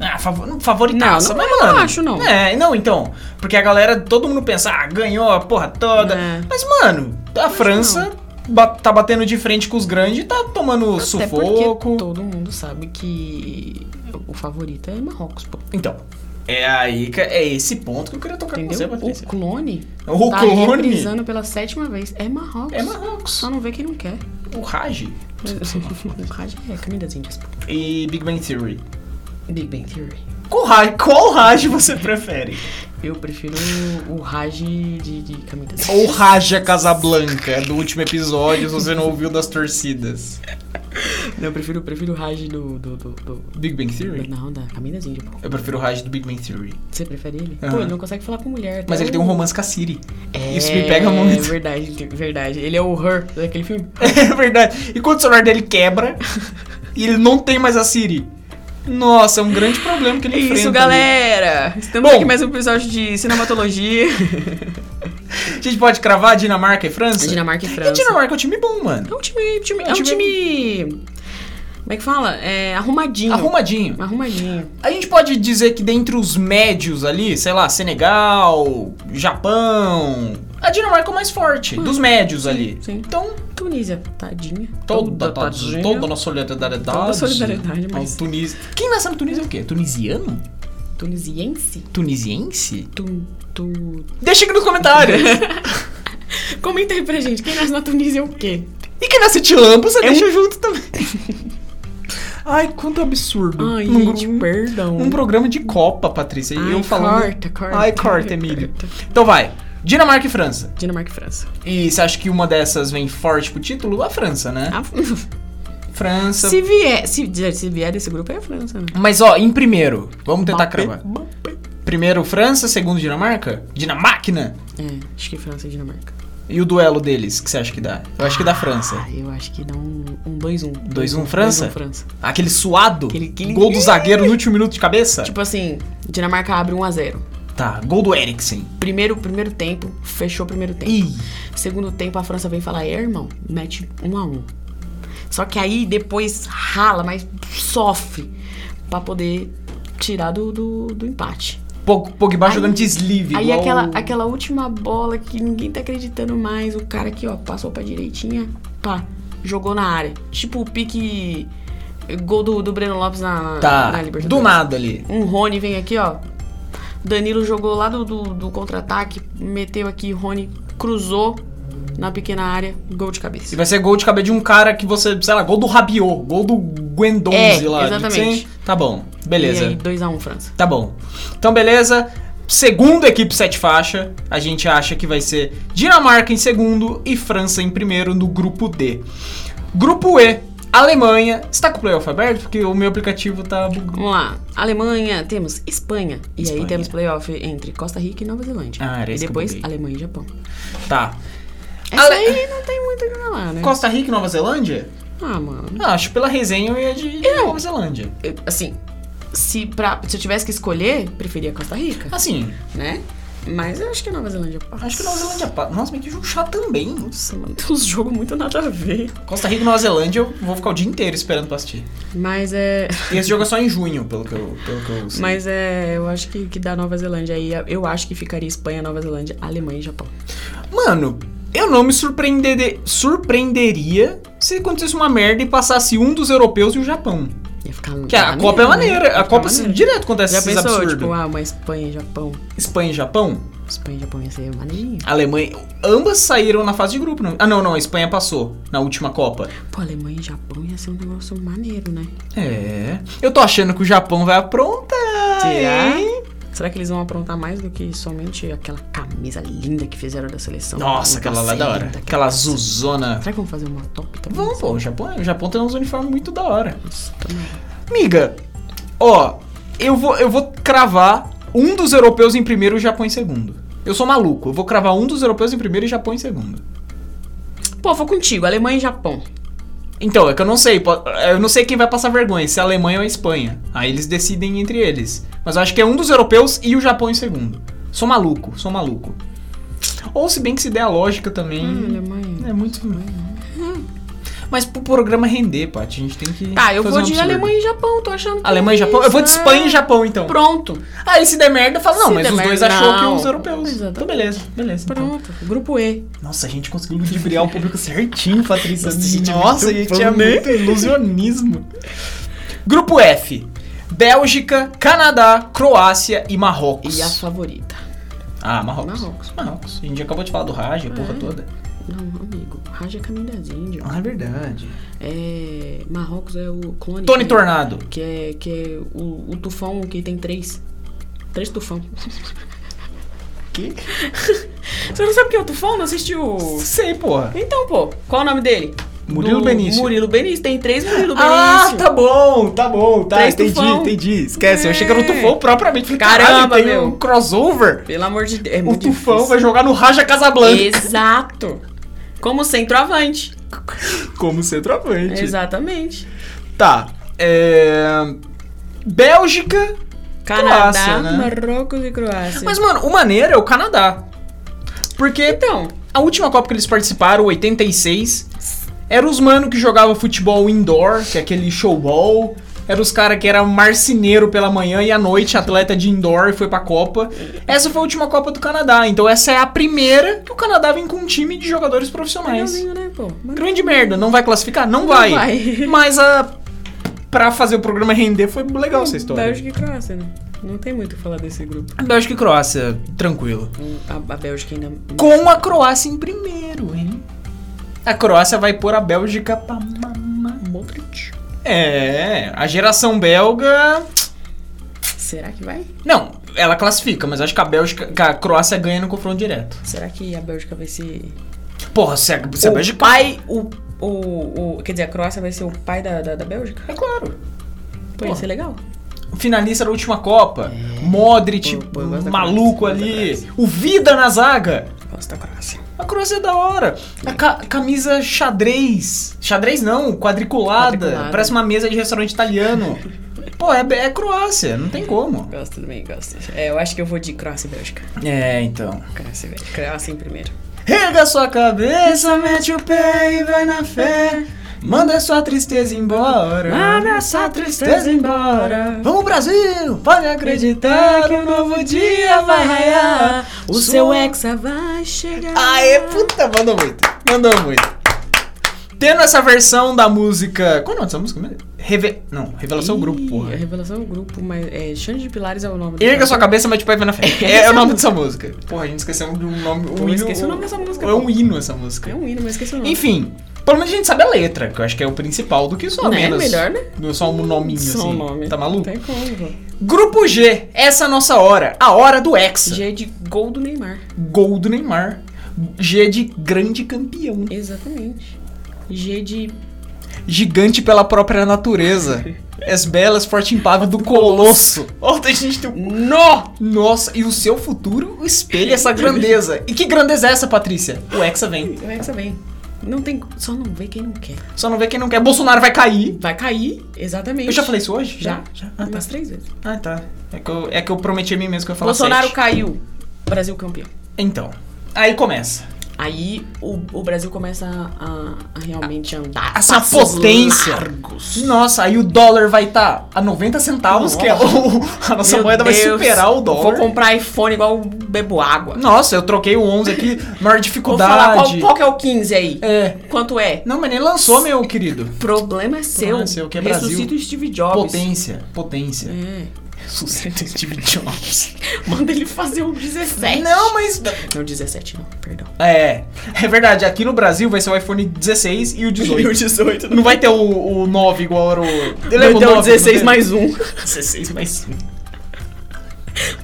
S1: ah favor, favoritaça,
S2: Não, não-
S1: mas,
S2: eu não
S1: mano.
S2: acho, não.
S1: É, não, então. Porque a galera, todo mundo pensa, ah, ganhou a porra toda.
S2: É.
S1: Mas, mano, a França ba- tá batendo de frente com os grandes, tá tomando
S2: Até
S1: sufoco.
S2: porque todo mundo sabe que o favorito é Marrocos, pô.
S1: Então, é aí que é esse ponto que eu queria tocar com você,
S2: Entendeu?
S1: Patrícia.
S2: O clone
S1: O, o
S2: tá
S1: clone
S2: reprisando pela sétima vez. É Marrocos.
S1: é Marrocos.
S2: Só não vê quem não quer.
S1: O Raj
S2: O Rádio é caminho das Índias, pô.
S1: e Big Bang Theory.
S2: Big Bang Theory.
S1: Qual Raj, qual Raj você prefere?
S2: Eu prefiro o Raj de, de Caminho das
S1: Ou Raja é Casablanca, do último episódio, se você não ouviu das torcidas.
S2: Não, eu prefiro, eu prefiro o Raj do, do, do, do-
S1: Big Bang Theory?
S2: Não, da Caminho das Índias, pô.
S1: Eu prefiro o Raj do Big Bang Theory.
S2: Você prefere ele?
S1: Aham.
S2: Pô, ele não consegue falar com mulher.
S1: Ah. Mas
S2: até
S1: ele
S2: o-
S1: tem um romance com a Siri.
S2: É,
S1: Isso me pega muito.
S2: É verdade, tem- verdade. Ele é o Her daquele filme.
S1: É verdade. E quando o celular dele quebra, e ele não tem mais a Siri. Nossa, é um grande problema que ele
S2: É
S1: enfrenta.
S2: isso,
S1: ali.
S2: galera! Estamos
S1: Bom.
S2: aqui mais um episódio de cinematologia.
S1: A gente pode cravar Dinamarca e França?
S2: Dinamarca e
S1: E
S2: França.
S1: Dinamarca é um time bom,
S2: É
S1: mano.
S2: um time. time- é um
S1: Um time-
S2: time. Como é que fala? É arrumadinho.
S1: Arrumadinho.
S2: Arrumadinho.
S1: A gente pode dizer que dentre os médios ali, sei lá, Senegal, Japão, a Dinamarca é o mais forte, dos médios ali.
S2: Hum. sim.
S1: Então,
S2: Tunísia, tadinha.
S1: toda, toda,
S2: tadinha.
S1: toda a nossa solidariedade.
S2: tá Toda a solidariedade, mas-
S1: ao Tunis... Quem nasceu na Tunísia é o quê? Tunisiano?
S2: Tunisiense?
S1: Tunisiense?
S2: Tu, tu...
S1: Deixa aqui nos comentários.
S2: Comenta aí pra gente, quem nasce na Tunísia é o quê?
S1: e quem nasce de Lampo, você
S2: É
S1: deixa junto também. Ai, quanto absurdo.
S2: Ai,
S1: Num
S2: gente,
S1: Um gru-
S2: perdão.
S1: um programa de Copa, Patrícia. E
S2: Ai,
S1: eu falando.
S2: corta, corta.
S1: Ai, corta, Emílio. Então vai. Dinamarca e França.
S2: Dinamarca e França.
S1: E você acha que uma dessas vem forte pro título? A França, né?
S2: Ah,
S1: França.
S2: se, vier, se, se vier desse grupo é a França, né?
S1: Mas ó, em primeiro, vamos tentar
S2: Mbappé,
S1: cravar.
S2: Mbappé.
S1: Primeiro França, segundo Dinamarca? Dinamáquina?
S2: É, acho que França e Dinamarca.
S1: E o duelo deles, que você acha que dá? Eu acho que dá França.
S2: Ah, eu acho que dá um 2-1. Um, 2-1
S1: Dois, um, França?
S2: 2-1 França.
S1: Aquele suado,
S2: Aquele- aquele-
S1: gol do zagueiro no último minuto de cabeça?
S2: Tipo assim, Dinamarca abre 1x0.
S1: Tá, gol do Eriksen.
S2: Primeiro, primeiro tempo, fechou o primeiro tempo.
S1: Ih,
S2: Segundo tempo, a França vem falar, é, irmão, mete um a um. Só que aí depois rala, mas sofre pra poder tirar do, do, do empate.
S1: Pog- Pogba
S2: Aí-
S1: jogando de sleeve.
S2: aí
S1: igual
S2: aquela,
S1: o-
S2: aquela última bola que ninguém tá acreditando mais, o cara aqui, ó, passou pra direitinha, pá, jogou na área. Tipo o pique gol do, do Breno Lopes na,
S1: Tá,
S2: na Libertadores.
S1: do nada ali.
S2: Um Rony vem aqui, ó. Danilo jogou lá do, do, do contra-ataque, meteu aqui, Rony cruzou na pequena área, gol de
S1: E
S2: cabeça.
S1: vai ser gol de cabeça de um cara que você, sei lá, gol do Rabiot, gol do Guendonzi
S2: É,
S1: lá.
S2: exatamente.
S1: Sim? Tá bom,
S2: E aí,
S1: beleza.
S2: 2x1 França.
S1: Tá bom. Então, beleza. Segundo equipe sete faixa, a gente acha que vai ser Dinamarca em segundo e França em primeiro no grupo D. Grupo E, Alemanha. Está com o playoff aberto? Porque o meu aplicativo tá. bug-
S2: Vamos lá. Alemanha, temos Espanha. E
S1: Espanha.
S2: aí temos playoff entre Costa Rica e Nova Zelândia.
S1: Ah, era
S2: e
S1: isso que eu
S2: depois
S1: buguei.
S2: Alemanha e Japão.
S1: Tá.
S2: Essa
S1: Ale-
S2: É aí não tem muito o que falar, né?
S1: Costa Rica e Nova Zelândia?
S2: Ah, mano.
S1: Ah, acho que pela resenha eu ia de
S2: É.
S1: de Nova Zelândia.
S2: Eu- assim, se, pra, se eu tivesse que escolher, preferia Costa Rica,
S1: Assim,
S2: né? Mas eu acho que a Nova Zelândia passa.
S1: acho que Nova Zelândia. pa- Nossa, mas que jogo chato também.
S2: Nossa, mano, tem uns jogos muito nada a ver.
S1: Costa Rica e Nova Zelândia eu vou ficar o dia inteiro esperando pra assistir.
S2: Mas é.
S1: E esse jogo é só em junho, pelo que eu, pelo que eu sei.
S2: Mas é. Eu acho que, que dá Nova Zelândia aí. Eu acho que ficaria Espanha, Nova Zelândia, Alemanha e Japão.
S1: Mano, eu não me surpreendede- surpreenderia se acontecesse uma merda e passasse um dos europeus e o Japão.
S2: Ia ficar
S1: Que a
S2: maneiro,
S1: Copa é
S2: né? Ia
S1: maneira. A
S2: ficar
S1: Copa se- assim,
S2: maneiro.
S1: direto acontece
S2: Já
S1: esses
S2: pensou,
S1: absurdos.
S2: tipo, ah, uma Espanha e Japão.
S1: Espanha e Japão?
S2: Espanha e Japão ia ser maneirinho.
S1: Alemanha. Ambas saíram na fase de grupo, não? Ah, não, não. A Espanha passou na última Copa.
S2: Pô, Alemanha e Japão ia ser um negócio maneiro, né?
S1: É. Eu tô achando que o Japão vai aprontar.
S2: Será?
S1: hein?
S2: Será que eles vão aprontar mais do que somente aquela camisa linda que fizeram da seleção?
S1: Nossa,
S2: Um
S1: aquela lá é da hora.
S2: cacete,
S1: Aquela azulzona.
S2: Será que vão fazer uma top também?
S1: Vamos, pô. O Japão, o Japão tem uns uniformes muito da hora.
S2: Nossa, também.
S1: Miga, ó, eu vou, eu vou cravar um dos europeus em primeiro e o Japão em segundo. Eu sou maluco, eu vou cravar um dos europeus em primeiro e o Japão em segundo.
S2: Pô, vou contigo, Alemanha e Japão.
S1: Então, é que eu não sei, po- eu não sei quem vai passar vergonha, se é a Alemanha ou a Espanha. Aí eles decidem entre eles. Mas eu acho que é um dos europeus e o Japão em segundo. Sou maluco, sou maluco. Ou se bem que se der a lógica também.
S2: Hum, Alemanha.
S1: É muito. né? Mas pro programa render, Paty, a gente tem que.
S2: Tá, eu
S1: fazer
S2: vou
S1: um
S2: de
S1: absurdo.
S2: Alemanha e Japão, tô achando. que
S1: Alemanha e
S2: é
S1: Japão? Eu vou de
S2: isso, é.
S1: Espanha e Japão, então.
S2: Pronto,
S1: Aí se der merda, fala, não,
S2: Se
S1: mas
S2: der
S1: os dois
S2: merda,
S1: achou que
S2: não.
S1: os europeus.
S2: Exatamente.
S1: Então beleza, beleza. então.
S2: pronto. Grupo E.
S1: Nossa, a gente conseguiu ludibriar o público certinho, Patrícia.
S2: Nossa, a gente é
S1: Nossa, a
S2: muito
S1: gente
S2: bom,
S1: tinha
S2: né?
S1: muito ilusionismo. Grupo F. Bélgica, Canadá, Croácia e Marrocos.
S2: E a favorita?
S1: Ah, Marrocos.
S2: Marrocos.
S1: Marrocos. A gente acabou de falar do Raj, a porra
S2: É.
S1: toda.
S2: Não, amigo. Raja é caminho das Índias.
S1: Ah, é verdade.
S2: É. Marrocos é o clone.
S1: Tony
S2: que-
S1: Tornado.
S2: Que é, que é o, o tufão que tem três. Três tufão.
S1: Que?
S2: Você não sabe o que é o tufão? Não assistiu.
S1: Sei, porra.
S2: Então, pô, qual o nome dele?
S1: Murilo
S2: Do-
S1: Benício.
S2: Murilo Benício. Tem três Murilo
S1: Ah,
S2: Benício.
S1: tá bom, tá bom, tá,
S2: Três
S1: entendi,
S2: tufão.
S1: entendi. Esquece, eu achei que era o
S2: É.
S1: Tufão propriamente. Falei,
S2: Caramba,
S1: caralho, tem
S2: meu.
S1: um crossover.
S2: Pelo amor de Deus. É
S1: O
S2: muito
S1: Tufão
S2: difícil.
S1: vai jogar no Raja Casablanca.
S2: Exato. Como centroavante.
S1: Como centroavante.
S2: Exatamente.
S1: Tá. É... Bélgica.
S2: Canadá,
S1: Croácia, né?
S2: Marrocos e Croácia.
S1: Mas, mano, o maneiro é o Canadá. Porque
S2: então,
S1: a última Copa que eles participaram, 86, era os mano que jogava futebol indoor, que é aquele showball. Era os cara que era marceneiro pela manhã e à noite, atleta de indoor e foi pra Copa. Essa foi a última Copa do Canadá. Então essa é a primeira que o Canadá vem com um time de jogadores profissionais.
S2: legalzinho, né, pô? Mas
S1: Grande merda, não vai classificar? Não,
S2: Não
S1: vai.
S2: vai.
S1: Mas a. Pra fazer o programa render foi legal essa é história.
S2: Bélgica e Croácia, né? Não tem muito o que falar desse grupo.
S1: Bélgica e Croácia, tranquilo.
S2: A, a Bélgica ainda. é
S1: Com a Croácia em primeiro, hein? A Croácia vai pôr a Bélgica pra mamar.
S2: um Modric.
S1: É, a geração belga.
S2: Será que vai?
S1: Não, ela classifica, mas acho que a Bélgica. que a Croácia ganha no confronto direto.
S2: Será que a Bélgica vai ser.
S1: Porra, se a, se a
S2: o
S1: é Bélgica.
S2: pai. O, o, o- quer dizer, a Croácia vai ser o pai da, da, da Bélgica?
S1: É claro.
S2: Pô,
S1: Pô.
S2: ia ser legal.
S1: O finalista da última Copa. Modric,
S2: É, Pô, pô, eu gosto da
S1: maluco
S2: Croácia, eu
S1: ali.
S2: gosto da
S1: O Vida na zaga.
S2: Gosto da Croácia.
S1: A Croácia é da hora. A ca- camisa xadrez. Xadrez não, quadriculada.
S2: Quadriculada.
S1: Parece uma mesa de restaurante italiano. Pô, é, é Croácia, não tem como.
S2: Gosto também, gosto. É, eu acho que eu vou de Croácia e Bélgica.
S1: É, então.
S2: Croácia e Bélgica. Croácia em primeiro.
S1: Rega sua cabeça, mete o pé e vai na fé. Manda sua tristeza embora.
S2: Manda essa tristeza embora.
S1: Vamos, Brasil! Pode acreditar que um novo dia vai raiar.
S2: O
S1: Sua-
S2: seu exa vai chegar.
S1: Aê, puta, mandou muito. Mandou muito. Tendo essa versão da música. Qual é o nome dessa música mesmo? Reve... Não, Revelação
S2: Ih,
S1: Grupo,
S2: A
S1: porra.
S2: revelação é o grupo, mas é Xande de Pilares é o nome
S1: Erga
S2: da-
S1: sua cabeça, mas tipo, vai na fé. É, o nome dessa música. Porra, a gente esqueceu do nome. um
S2: Pô,
S1: hino-
S2: esqueci o nome dessa música,
S1: É um
S2: pô.
S1: hino essa música.
S2: É um hino, mas esqueci o nome.
S1: Enfim, pelo menos a gente sabe a letra, que eu acho que é o principal do que só
S2: Né?
S1: menos.
S2: Melhor, né?
S1: Só um nominho
S2: Só
S1: assim.
S2: o nome.
S1: Tá maluco?
S2: Não tem como.
S1: Grupo G, essa é a nossa hora, a hora do Hexa.
S2: G é de gol do Neymar.
S1: Gol do Neymar. G de grande campeão.
S2: Exatamente. G de.
S1: Gigante pela própria natureza. As belas, forte e impagável do colosso. Outra gente tem um-
S2: Nó!
S1: Nossa, e o seu futuro espelha essa grandeza. E que grandeza é essa, Patrícia? O Hexa vem.
S2: Como é que você vem? Não tem. Só não vê quem não quer.
S1: Só não vê quem não quer. Bolsonaro vai cair.
S2: Vai cair, exatamente.
S1: Eu já falei isso hoje?
S2: Já?
S1: Já? Ah, tá.
S2: Umas três vezes.
S1: Ah, tá. É que eu, é que eu prometi a mim mesmo que eu ia falar
S2: Bolsonaro
S1: sete.
S2: caiu. Brasil campeão.
S1: Então, aí começa.
S2: Aí o, o Brasil começa a, a realmente andar.
S1: Ah, Essa
S2: passos
S1: potência.
S2: Largos.
S1: Nossa, aí o dólar vai estar a 90 centavos, que é o- a nossa
S2: Meu
S1: moeda vai
S2: Deus,
S1: superar o
S2: Vou
S1: dólar.
S2: comprar iPhone igual eu bebo água.
S1: Nossa, eu troquei o 11 aqui, maior
S2: Vou falar
S1: dificuldade.
S2: qual, qual que é o 15 aí.
S1: É.
S2: Quanto é?
S1: Não, mas nem lançou, meu querido.
S2: Problema é seu.
S1: é seu, que é Brasil.
S2: Ressuscita o Steve Jobs.
S1: Potência, potência.
S2: É.
S1: Sucesso Steve Jobs.
S2: Manda ele fazer um 17.
S1: Não, mas.
S2: Não, 17 não, perdão.
S1: É, é verdade. Aqui no Brasil vai ser o iPhone 16 e o 18.
S2: 18.
S1: Não vai ter o, o 9 igual era o. né? Lembra
S2: Ele vai ter
S1: 9,
S2: o
S1: não
S2: 16
S1: teve?
S2: mais um.
S1: 16 mais 1.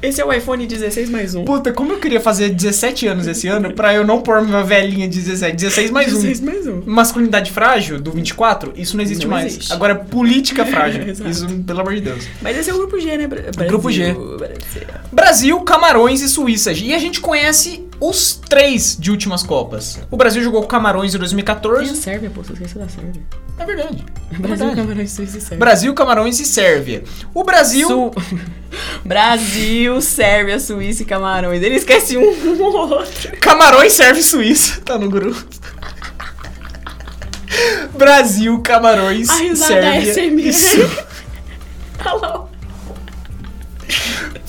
S2: Esse é o iPhone 16 mais um.
S1: Puta, como eu queria fazer 17 anos esse ano pra eu não pôr uma velhinha de 17. 16 mais 1.
S2: 16 mais um.
S1: Masculinidade frágil do 24, isso não existe
S2: Não
S1: mais.
S2: existe.
S1: Agora, política frágil.
S2: Exato.
S1: isso, pelo amor de Deus.
S2: Mas esse é o grupo G, né? Bra- Brasil,
S1: Grupo G.
S2: Brasil.
S1: Brasil, Camarões e Suíça. E a gente conhece os três de últimas Copas. O Brasil jogou com Camarões em
S2: Tem a
S1: 2014.
S2: Sérvia, pô, você esqueceu da Sérvia.
S1: É verdade. É
S2: Brasil,
S1: verdade.
S2: Camarões, Suíça e Sérvia.
S1: Brasil, Camarões e Sérvia. O Brasil.
S2: Su- Brasil, Sérvia, Suíça e Camarões. Ele esquece um um ou outro.
S1: Camarões, Sérvia e Suíça. Tá no grupo. Brasil, Camarões,
S2: A risada é
S1: Sérvia e
S2: SMR.
S1: Suíça.
S2: Alô.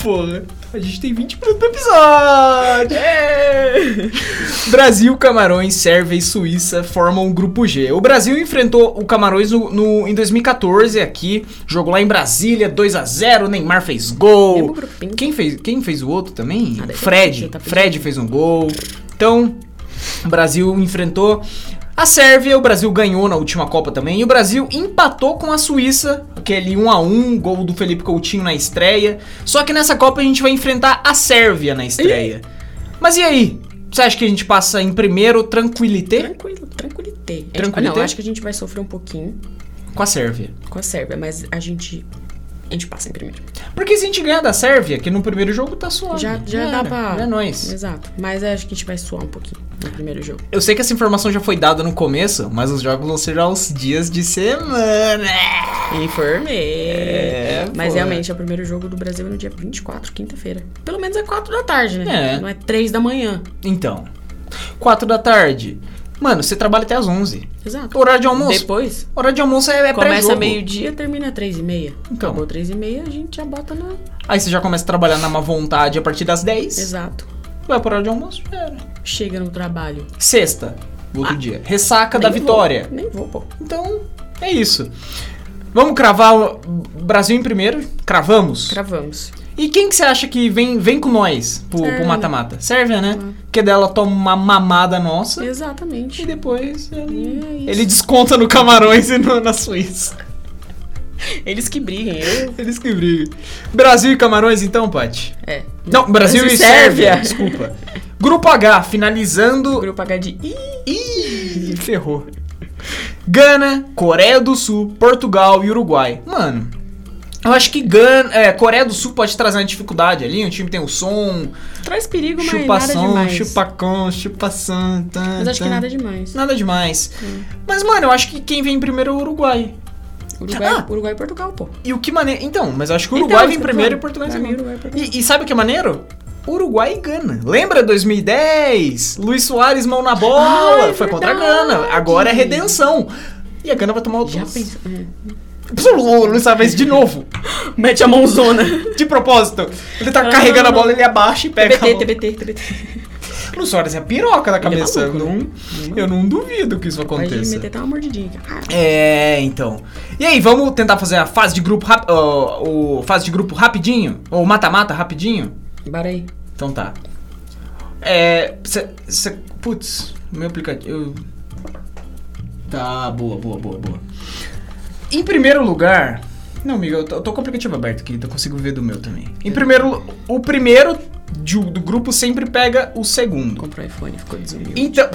S1: Porra, a gente tem 20 minutos do episódio. É. Brasil, Camarões, Sérvia e Suíça formam o grupo G. O Brasil enfrentou o Camarões no, no- em 2014 aqui, jogou lá em Brasília, 2 a 0 Neymar fez
S2: Lembra o
S1: gol.
S2: grupinho?
S1: Quem fez, quem fez o outro também?
S2: Ah, deve
S1: Fred.
S2: ser, tá pedindo.
S1: Fred fez um gol. Então, o Brasil enfrentou a Sérvia, o Brasil ganhou na última Copa também, e o Brasil empatou com a Suíça, aquele 1 a 1 gol do Felipe Coutinho na estreia. Só que nessa Copa a gente vai enfrentar a Sérvia na estreia. Mas e aí? Você acha que a gente passa em primeiro tranquilité
S2: Tranquilo, tranquilitei. A gente-
S1: Tranquilitei?
S2: Não, acho que a gente vai sofrer um pouquinho
S1: com a Sérvia?
S2: com a Sérvia, mas a gente. A gente passa em primeiro.
S1: Porque se a gente ganhar da Sérvia, que no primeiro jogo tá suave.
S2: Já, já dá
S1: era,
S2: pra.
S1: já É nóis.
S2: Exato. Mas acho que a gente vai suar um pouquinho no primeiro jogo.
S1: Eu sei que essa informação já foi dada no começo, mas os jogos vão ser aos dias de semana.
S2: Informei.
S1: É,
S2: Mas
S1: pô.
S2: realmente, é o primeiro jogo do Brasil é no dia 24, quinta-feira. Pelo menos é 4 da tarde, né?
S1: É.
S2: Não é 3 da manhã.
S1: Então, 4 da tarde. Mano, você trabalha até as 11.
S2: Exato.
S1: Horário de almoço?
S2: Depois,
S1: Horário de almoço é, é
S2: começa
S1: pré-jogo.
S2: meio-dia, termina 3 e meia.
S1: Então.
S2: Acabou 3 e meia, a gente já bota na...
S1: Aí você já começa a trabalhar na má vontade a partir das 10.
S2: Exato.
S1: Vai pro horário de almoço, já era.
S2: Chega no trabalho.
S1: Sexta, outro dia. Ressaca da
S2: Ah. Nem
S1: vitória.
S2: Vou, nem vou, pô.
S1: Então, é isso. Vamos cravar o Brasil em primeiro. Cravamos.
S2: Cravamos.
S1: E quem que você acha que vem, vem com nós pro- pro
S2: Sérvia.
S1: mata-mata? Sérvia, né? Porque dela toma uma mamada nossa. E
S2: Exatamente.
S1: depois ele,
S2: É isso.
S1: ele desconta no Camarões e no- na Suíça.
S2: Eles que briguem, eu...
S1: Eles que brigam. Brasil e Camarões, então, Paty?
S2: É.
S1: Não, Brasil, e Sérvia. Desculpa. Grupo H, finalizando.
S2: Grupo H de... Ih,
S1: Ih, ferrou. Gana, Coreia do Sul, Portugal e Uruguai. Mano, eu acho que Gana, é, Coreia do Sul pode trazer uma dificuldade ali. O time tem o som,
S2: traz perigo, mas nada
S1: chupação,
S2: demais.
S1: chupacão, chupação. Tan,
S2: Mas acho que
S1: tan.
S2: nada demais.
S1: Nada demais. Mas, mano, eu acho que quem vem primeiro é o Uruguai.
S2: Uruguai, é
S1: Ah!
S2: Uruguai e Portugal, pô.
S1: E o que maneiro. Então, mas eu acho que o Uruguai
S2: Então,
S1: vem
S2: isso que eu tô
S1: primeiro e
S2: falando.
S1: Portugal em
S2: Pra mim,
S1: segundo.
S2: Uruguai e Portugal.
S1: E, e sabe o que é maneiro? Uruguai e Gana. Lembra 2010? Luiz Soares, mão na bola.
S2: Ah, é
S1: Foi contra a
S2: verdade.
S1: Gana. Agora é redenção. E a Gana vai tomar o
S2: Já
S1: doce.
S2: pensou... Hum.
S1: Pô, O Luiz Soares de novo.
S2: Mete a mãozona.
S1: De propósito. Ele tá
S2: Não,
S1: carregando
S2: não,
S1: a bola, ele abaixa e pega. a
S2: TBT,
S1: bola.
S2: TBT, TBT.
S1: Luiz Soares é a piroca da
S2: Ele é
S1: cabeça.
S2: maluco,
S1: não, eu não duvido que isso
S2: Pode
S1: aconteça.
S2: meter até uma mordidinha. aqui. Ah,
S1: É, então. E aí, vamos tentar fazer a fase de grupo rap ó, o fase de grupo rapidinho? Ou mata-mata rapidinho?
S2: Bora Ah, aí.
S1: Então tá. É. Cê, cê, putz, meu aplicativo. eu- Tá, boa, boa, boa, boa. Em primeiro lugar, Não, amigo, eu tô, eu tô com o aplicativo aberto aqui, então eu consigo ver do meu também. Em primeiro, lu- o primeiro de- um, do grupo sempre pega o segundo.
S2: Comprou um iPhone, ficou desumilde.
S1: Então.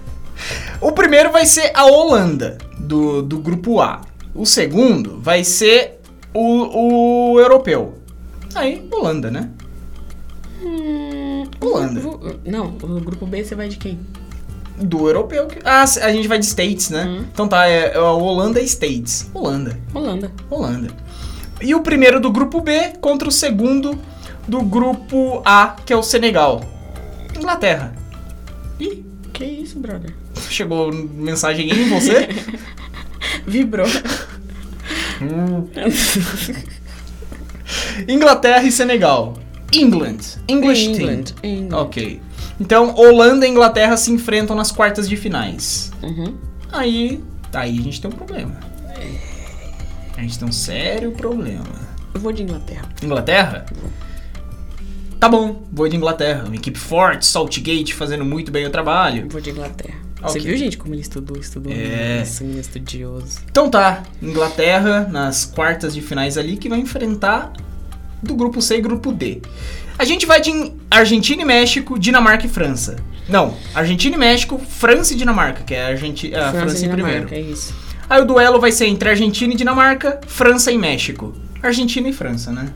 S1: o primeiro vai ser a Holanda, do, do grupo A. O segundo vai ser o, o europeu. Aí, Holanda, né?
S2: Hum,
S1: Holanda.
S2: vou- Não, o grupo B você vai de quem?
S1: Do europeu. que- Ah, a gente vai de States, né?
S2: Hum.
S1: Então tá, é, é a Holanda e States. Holanda,
S2: Holanda.
S1: Holanda. E o primeiro do grupo B contra o segundo do grupo A, que é o Senegal. Inglaterra.
S2: Ih, que isso, brother?
S1: Chegou mensagem aí em você?
S2: Vibrou.
S1: Hum. Inglaterra e Senegal. England. English
S2: England.
S1: team.
S2: England.
S1: Ok. Então, Holanda e Inglaterra se enfrentam nas quartas de finais.
S2: Uhum.
S1: Aí, aí a gente tem um problema. A gente tem um sério problema.
S2: Eu vou de Inglaterra.
S1: Inglaterra? Tá bom, vou de Inglaterra. Uma equipe forte, Saltgate fazendo muito bem o trabalho.
S2: Eu vou de Inglaterra. Você
S1: Ok.
S2: viu, gente, como ele estudou? Estudou. assim,
S1: É.
S2: Nossa, menino estudioso.
S1: Então tá, Inglaterra nas quartas de finais ali que vai enfrentar do grupo C e grupo D. A gente vai de In- Argentina e México, Dinamarca e França. Não, Argentina e México, França e Dinamarca, que é a, Argenti- a França,
S2: e
S1: em
S2: Dinamarca,
S1: primeiro.
S2: É isso.
S1: Aí o duelo vai ser entre Argentina e Dinamarca, França e México. Argentina e França, né?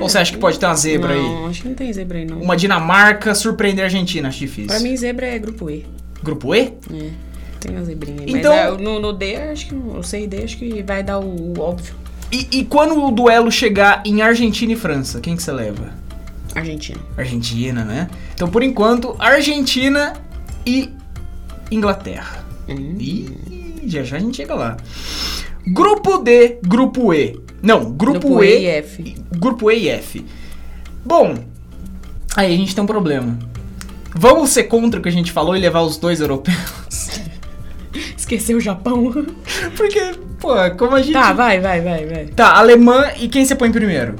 S1: Ou você acha que pode ter uma zebra aí?
S2: É, Não, acho que não tem zebra aí, não.
S1: Uma Dinamarca surpreender a Argentina, acho difícil.
S2: Pra mim, zebra é grupo E.
S1: Grupo E?
S2: É. Tem uma zebrinha aí.
S1: Então-
S2: Mas ah, no, no D, acho que. O C e D, acho que vai dar o, o óbvio.
S1: E, e quando o duelo chegar em Argentina e França, quem que você leva?
S2: Argentina.
S1: Argentina, né? Então, por enquanto, Argentina e Inglaterra.
S2: Hum.
S1: E já já a gente chega lá. Grupo D, grupo E. Não, grupo,
S2: Grupo
S1: e,
S2: E e F.
S1: Grupo E e F. Bom, aí a gente tem um problema. Vamos ser contra o que a gente falou e levar os dois europeus?
S2: Esqueceu o Japão.
S1: Porque, pô, como a gente.
S2: tá, vai, vai, vai, vai.
S1: Tá, Alemã e quem você põe primeiro?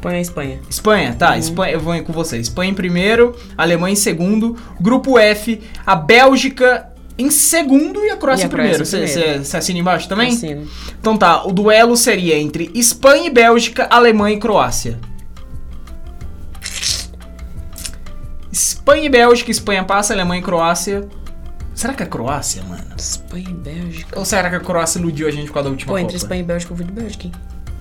S2: Põe a Espanha.
S1: Espanha,
S2: Uhum.
S1: tá, Espanha, eu vou com você. Espanha em primeiro, Alemanha em segundo, grupo F, a Bélgica em segundo e a Croácia
S2: E
S1: em
S2: a Croácia
S1: primeiro.
S2: em
S1: Você
S2: primeiro.
S1: você- você assina embaixo também?
S2: Assino.
S1: Então tá, o duelo seria entre Espanha e Bélgica, Alemanha e Croácia. Espanha e Bélgica, Espanha passa, Alemanha e Croácia. Será que é Croácia, mano?
S2: Espanha e Bélgica.
S1: Ou será que a Croácia iludiu a gente com a da última
S2: Pô,
S1: Copa?
S2: entre Espanha e Bélgica, eu vou de Bélgica. hein?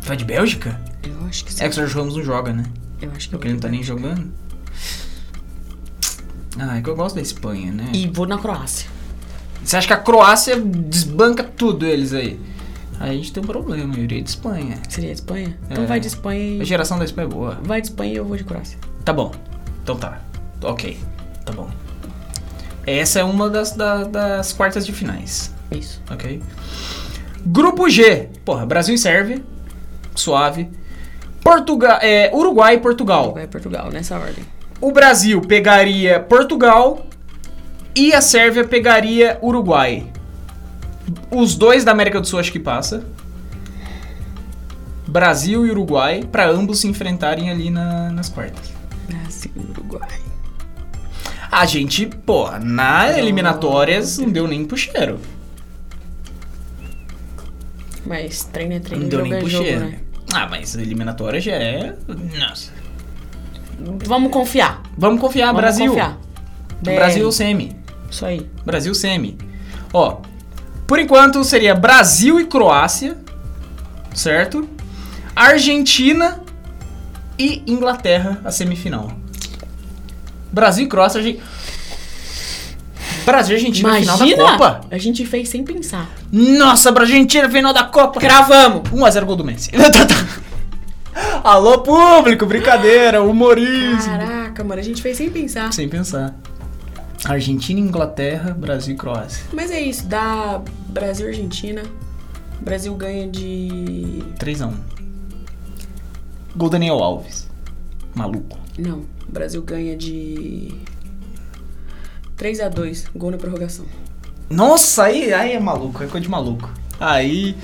S1: Vai de Bélgica?
S2: Eu acho que sim.
S1: É que o Sérgio Ramos não joga, né?
S2: Eu acho que eu
S1: Porque ele
S2: vou de
S1: não tá nem
S2: Bélgica.
S1: jogando. Ah, é que eu gosto da Espanha, né?
S2: E vou na Croácia.
S1: Você acha que a Croácia desbanca tudo eles aí? Aí a gente tem um problema, eu iria de Espanha.
S2: Seria a Espanha? Então
S1: É.
S2: vai de Espanha
S1: A
S2: e.
S1: geração da Espanha é boa.
S2: Vai de Espanha e eu vou de Croácia.
S1: Tá bom. Então tá. Ok. Tá bom. Essa é uma das, da- das quartas de finais.
S2: Isso.
S1: Ok? Grupo G. Porra, Brasil e Sérvia. Suave. Portugal, é, Uruguai e Portugal.
S2: Vai Portugal, nessa ordem.
S1: O Brasil pegaria Portugal e a Sérvia pegaria Uruguai. Os dois da América do Sul acho que passa. Brasil e Uruguai para ambos se enfrentarem ali na- nas quartas.
S2: Brasil e Uruguai.
S1: A gente, pô, na eliminatórias não deu nem pro cheiro.
S2: Mas treino é treino.
S1: Não deu
S2: jogo
S1: nem
S2: é
S1: pro
S2: jogo,
S1: cheiro.
S2: né?
S1: Ah, mas eliminatória já é. Nossa.
S2: Vamos confiar.
S1: Vamos confiar,
S2: Vamos
S1: Ah, Brasil.
S2: confiar. BR.
S1: Brasil semi.
S2: Isso aí.
S1: Brasil semi. Ó, por enquanto seria Brasil e Croácia, certo? Argentina e Inglaterra a semifinal. Brasil e Croácia, a gente... Brasil e Argentina
S2: Imagina!
S1: final da Copa.
S2: A gente fez sem pensar.
S1: Nossa, Brasil e Argentina final da Copa.
S2: Cravamos!
S1: 1x0 gol do Messi. Tá, Alô, público, brincadeira, humorismo.
S2: Caraca, mano, a gente fez sem pensar.
S1: Sem pensar. Argentina, Inglaterra, Brasil e Croácia.
S2: Mas é isso, dá Brasil e Argentina. Brasil ganha de.
S1: 3x1. Gol Daniel Alves. Maluco.
S2: Não, Brasil ganha de. 3x2, gol na prorrogação.
S1: Nossa, aí, aí é maluco, é coisa de maluco. Aí.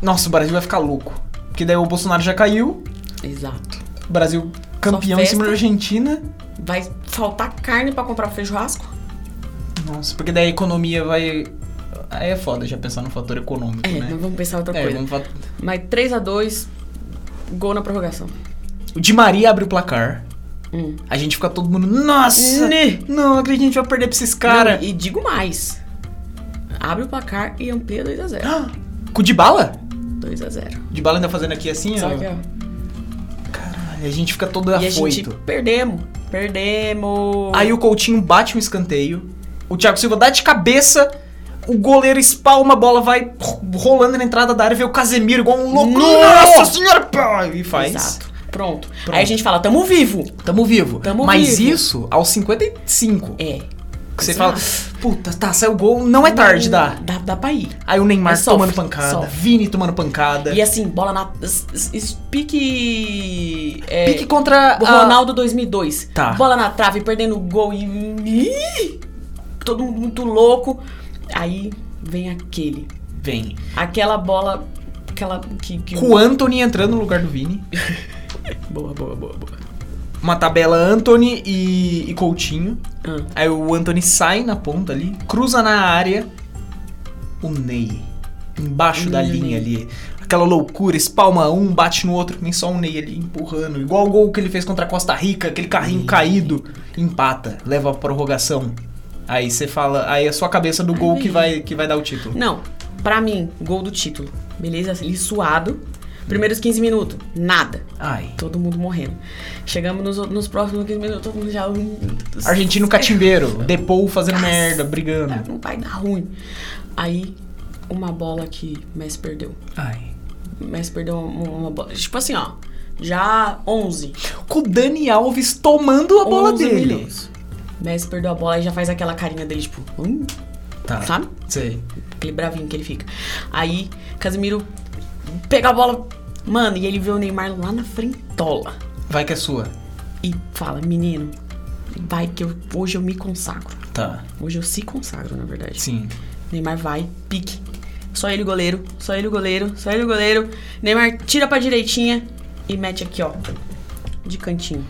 S1: Nossa, o Brasil vai ficar louco. Porque daí o Bolsonaro já caiu,
S2: Exato.
S1: o Brasil campeão em
S2: festa.
S1: cima da Argentina.
S2: Vai faltar carne pra comprar pro churrasco?
S1: Nossa, porque daí a economia vai. Aí é foda já pensar no fator econômico,
S2: É,
S1: né?
S2: mas vamos pensar outra
S1: É,
S2: coisa.
S1: vamos fa-
S2: Mas 3x2, gol na prorrogação.
S1: O Di Maria abre o placar.
S2: Hum.
S1: A gente fica todo mundo, nossa!
S2: Né?
S1: Não, acredito que a gente vai perder pra esses caras.
S2: Não, e digo mais. Abre o placar e amplia 2x0.
S1: Ah, Com o Dibala?
S2: 2x0.
S1: O Dibala ainda fazendo aqui assim,
S2: Só
S1: ó.
S2: que, ó.
S1: Caralho, a gente fica todo
S2: E a gente
S1: afoito.
S2: perdemos. Perdemos.
S1: Aí o Coutinho bate um escanteio. O Thiago Silva dá de cabeça. O goleiro espalma, a bola vai ro- rolando na entrada da área, vê o Casemiro igual um louco.
S2: Nossa!
S1: Nossa senhora! pá, E faz.
S2: Exato. Pronto.
S1: Pronto.
S2: Aí a gente fala, tamo vivo.
S1: Tamo vivo.
S2: Tamo
S1: Mas
S2: vivo.
S1: isso aos 55.
S2: É.
S1: que você fala,
S2: Exato.
S1: puta, tá, saiu o gol, não é tarde, dá.
S2: Dá, dá pra ir.
S1: Aí o Neymar
S2: É sofre,
S1: tomando pancada,
S2: sofre.
S1: Vini tomando pancada.
S2: E assim, bola na. s- s- s- Pique. É,
S1: Pique contra
S2: o
S1: a-
S2: Ronaldo 2002.
S1: Ah, Tá.
S2: Bola na trave, perdendo o gol e. Ih! Todo mundo muito louco. Aí vem aquele.
S1: Vem.
S2: Aquela bola. Aquela. Que, que
S1: Com o Anthony entrando no lugar do Vini.
S2: Boa, boa, boa, boa.
S1: Uma tabela Anthony e, e Coutinho.
S2: Ah.
S1: Aí o Anthony sai na ponta ali, cruza na área. O Ney. Embaixo da
S2: Ney,
S1: linha ali. Aquela loucura, espalma um, bate no outro, que nem só o Ney ali empurrando. Igual o gol que ele fez contra a Costa Rica, aquele carrinho caído. Empata, leva a prorrogação. Aí você fala, aí é só a cabeça do gol que vai, que vai dar o título.
S2: Não, pra mim, gol do título. Beleza? Ele suado. Primeiros 15 minutos, nada.
S1: Ai.
S2: Todo mundo morrendo. Chegamos nos, nos próximos 15 minutos, todo mundo já.
S1: Argentino catimbeiro, Depou fazendo merda, brigando.
S2: Não vai dar ruim. Aí, uma bola que Messi perdeu.
S1: Ai.
S2: Messi perdeu uma, uma bola. Tipo assim, ó. Já 11.
S1: Com o Dani Alves tomando a bola
S2: 11
S1: dele.
S2: milhões. Messi perdeu a bola e já faz aquela carinha dele, tipo. Hum,
S1: Tá.
S2: sabe?
S1: Sei.
S2: Aquele bravinho que ele fica. Aí, Casemiro pega a bola, mano, e ele vê o Neymar lá na frentola.
S1: Vai que é sua.
S2: E fala, menino, vai que eu- hoje eu me consagro.
S1: Tá.
S2: Hoje eu se consagro, na verdade.
S1: Sim.
S2: Neymar vai, pique. Só ele o goleiro, só ele o goleiro, só ele o goleiro. Neymar tira pra direitinha e mete aqui, ó. De cantinho.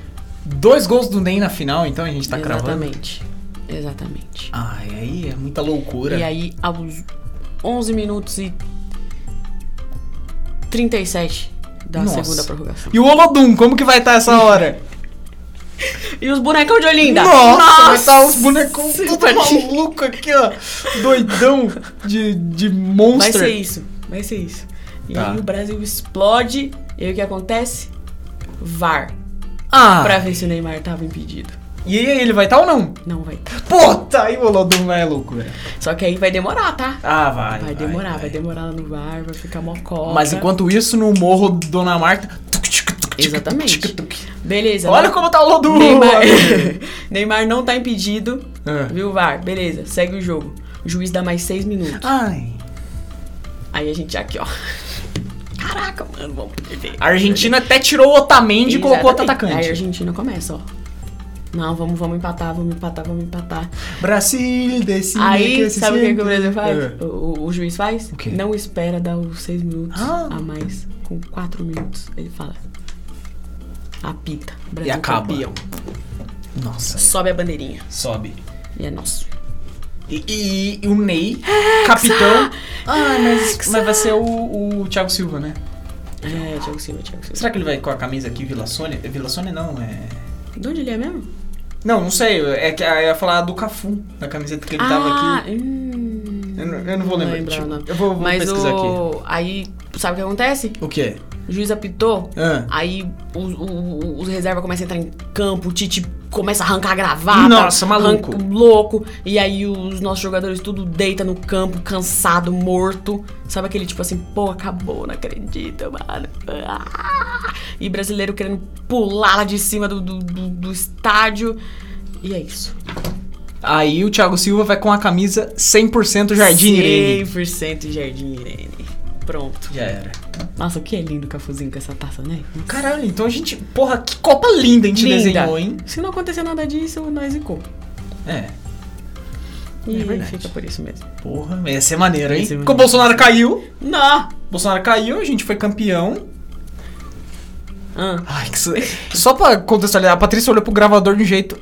S1: Dois gols do Ney na final, então a gente tá cravando.
S2: Exatamente. Exatamente.
S1: Ai, aí é muita loucura.
S2: E aí, aos 11 minutos e 37 da
S1: Nossa.
S2: segunda prorrogação.
S1: E o Olodum, como que vai estar essa hora?
S2: E os bonecão de Olinda!
S1: Nossa, vai estar os bonecos tudo
S2: Vai ser-
S1: maluco aqui, ó. Doidão de, de
S2: Vai
S1: monster.
S2: ser isso, vai ser isso. E
S1: Tá.
S2: aí o Brasil explode, e aí o que acontece? VAR.
S1: Ah,
S2: Pra ver se o Neymar tava impedido.
S1: e aí ele vai estar ou não?
S2: Não vai tá.
S1: Puta, aí o Olodum vai é loucura.
S2: Só que aí vai demorar, tá?
S1: Ah, vai.
S2: Vai demorar, vai, demorar lá no VAR, vai ficar mocota.
S1: Mas enquanto isso, no morro Dona Marta. tuc, tuc, tuc, tuc,
S2: Exatamente.
S1: tuc, tuc.
S2: Beleza.
S1: Olha
S2: né?
S1: como tá o Olodum!
S2: Neymar... Neymar não tá impedido.
S1: Ah.
S2: Viu, VAR? Beleza, segue o jogo. O juiz dá mais seis minutos.
S1: Ai.
S2: Aí a gente aqui, ó. Caraca, mano, vamos perder.
S1: A Argentina até tirou o Otamendi e colocou outro
S2: Exatamente. Aí a
S1: atacante.
S2: Argentina começa, ó. Não, vamos, vamos empatar, vamos empatar, vamos empatar.
S1: Brasil, desse
S2: Aí,
S1: esse
S2: sabe o é que, que
S1: sempre.
S2: o Brasil faz?
S1: É.
S2: O, o- o juiz faz?
S1: O quê?
S2: Não espera dar os seis minutos
S1: Ah.
S2: a mais. Com quatro minutos, ele fala. Apita. Brasil
S1: E acaba.
S2: campeão.
S1: Nossa,
S2: Sobe a bandeirinha.
S1: sobe.
S2: E é nosso.
S1: E, e- e o Ney, capitão. Ah, mas, mas vai ser o, o Thiago Silva, né?
S2: É, Thiago Silva, Thiago Silva.
S1: Será que ele vai com a camisa aqui, Vila Sônia? É Vila Sônia não, é.
S2: De onde ele é mesmo?
S1: Não, não sei. É que eu ia falar do Cafu, da camiseta que ele tava
S2: ah,
S1: aqui.
S2: hum,
S1: Eu, não- eu não vou lembrar. tipo,
S2: o nome.
S1: eu vou, vou
S2: Mas
S1: pesquisar aqui.
S2: o... Aí, sabe o que acontece?
S1: O quê?
S2: O juiz apitou,
S1: Ah.
S2: aí os, o- os reservas começam a entrar em campo, o Tite começa a arrancar a gravata.
S1: Nossa, maluco.
S2: arranca- louco. E aí os nossos jogadores tudo deita no campo, cansado, morto. Sabe aquele tipo assim, pô, acabou, não acredito, mano. Ah! E brasileiro querendo pular lá de cima do, do, do- do estádio. E é isso.
S1: Aí o Thiago Silva vai com a camisa 100% Jardim Irene.
S2: 100% Jardim Irene. Pronto.
S1: Já era.
S2: Nossa, o que é lindo o Cafuzinho com essa taça, né?
S1: Caralho, então a gente. Porra, que Copa linda a gente
S2: Linda.
S1: desenhou, hein?
S2: Se não acontecer nada disso, nós zicou.
S1: É.
S2: E
S1: É verdade.
S2: fica por isso mesmo.
S1: Porra, ia ser maneiro, hein?
S2: Ia ser
S1: Porque o Bolsonaro caiu.
S2: Não!
S1: Bolsonaro caiu, a gente foi campeão.
S2: Ah,
S1: Ai, que. su- Só pra contextualizar, a Patrícia olhou pro gravador de um jeito.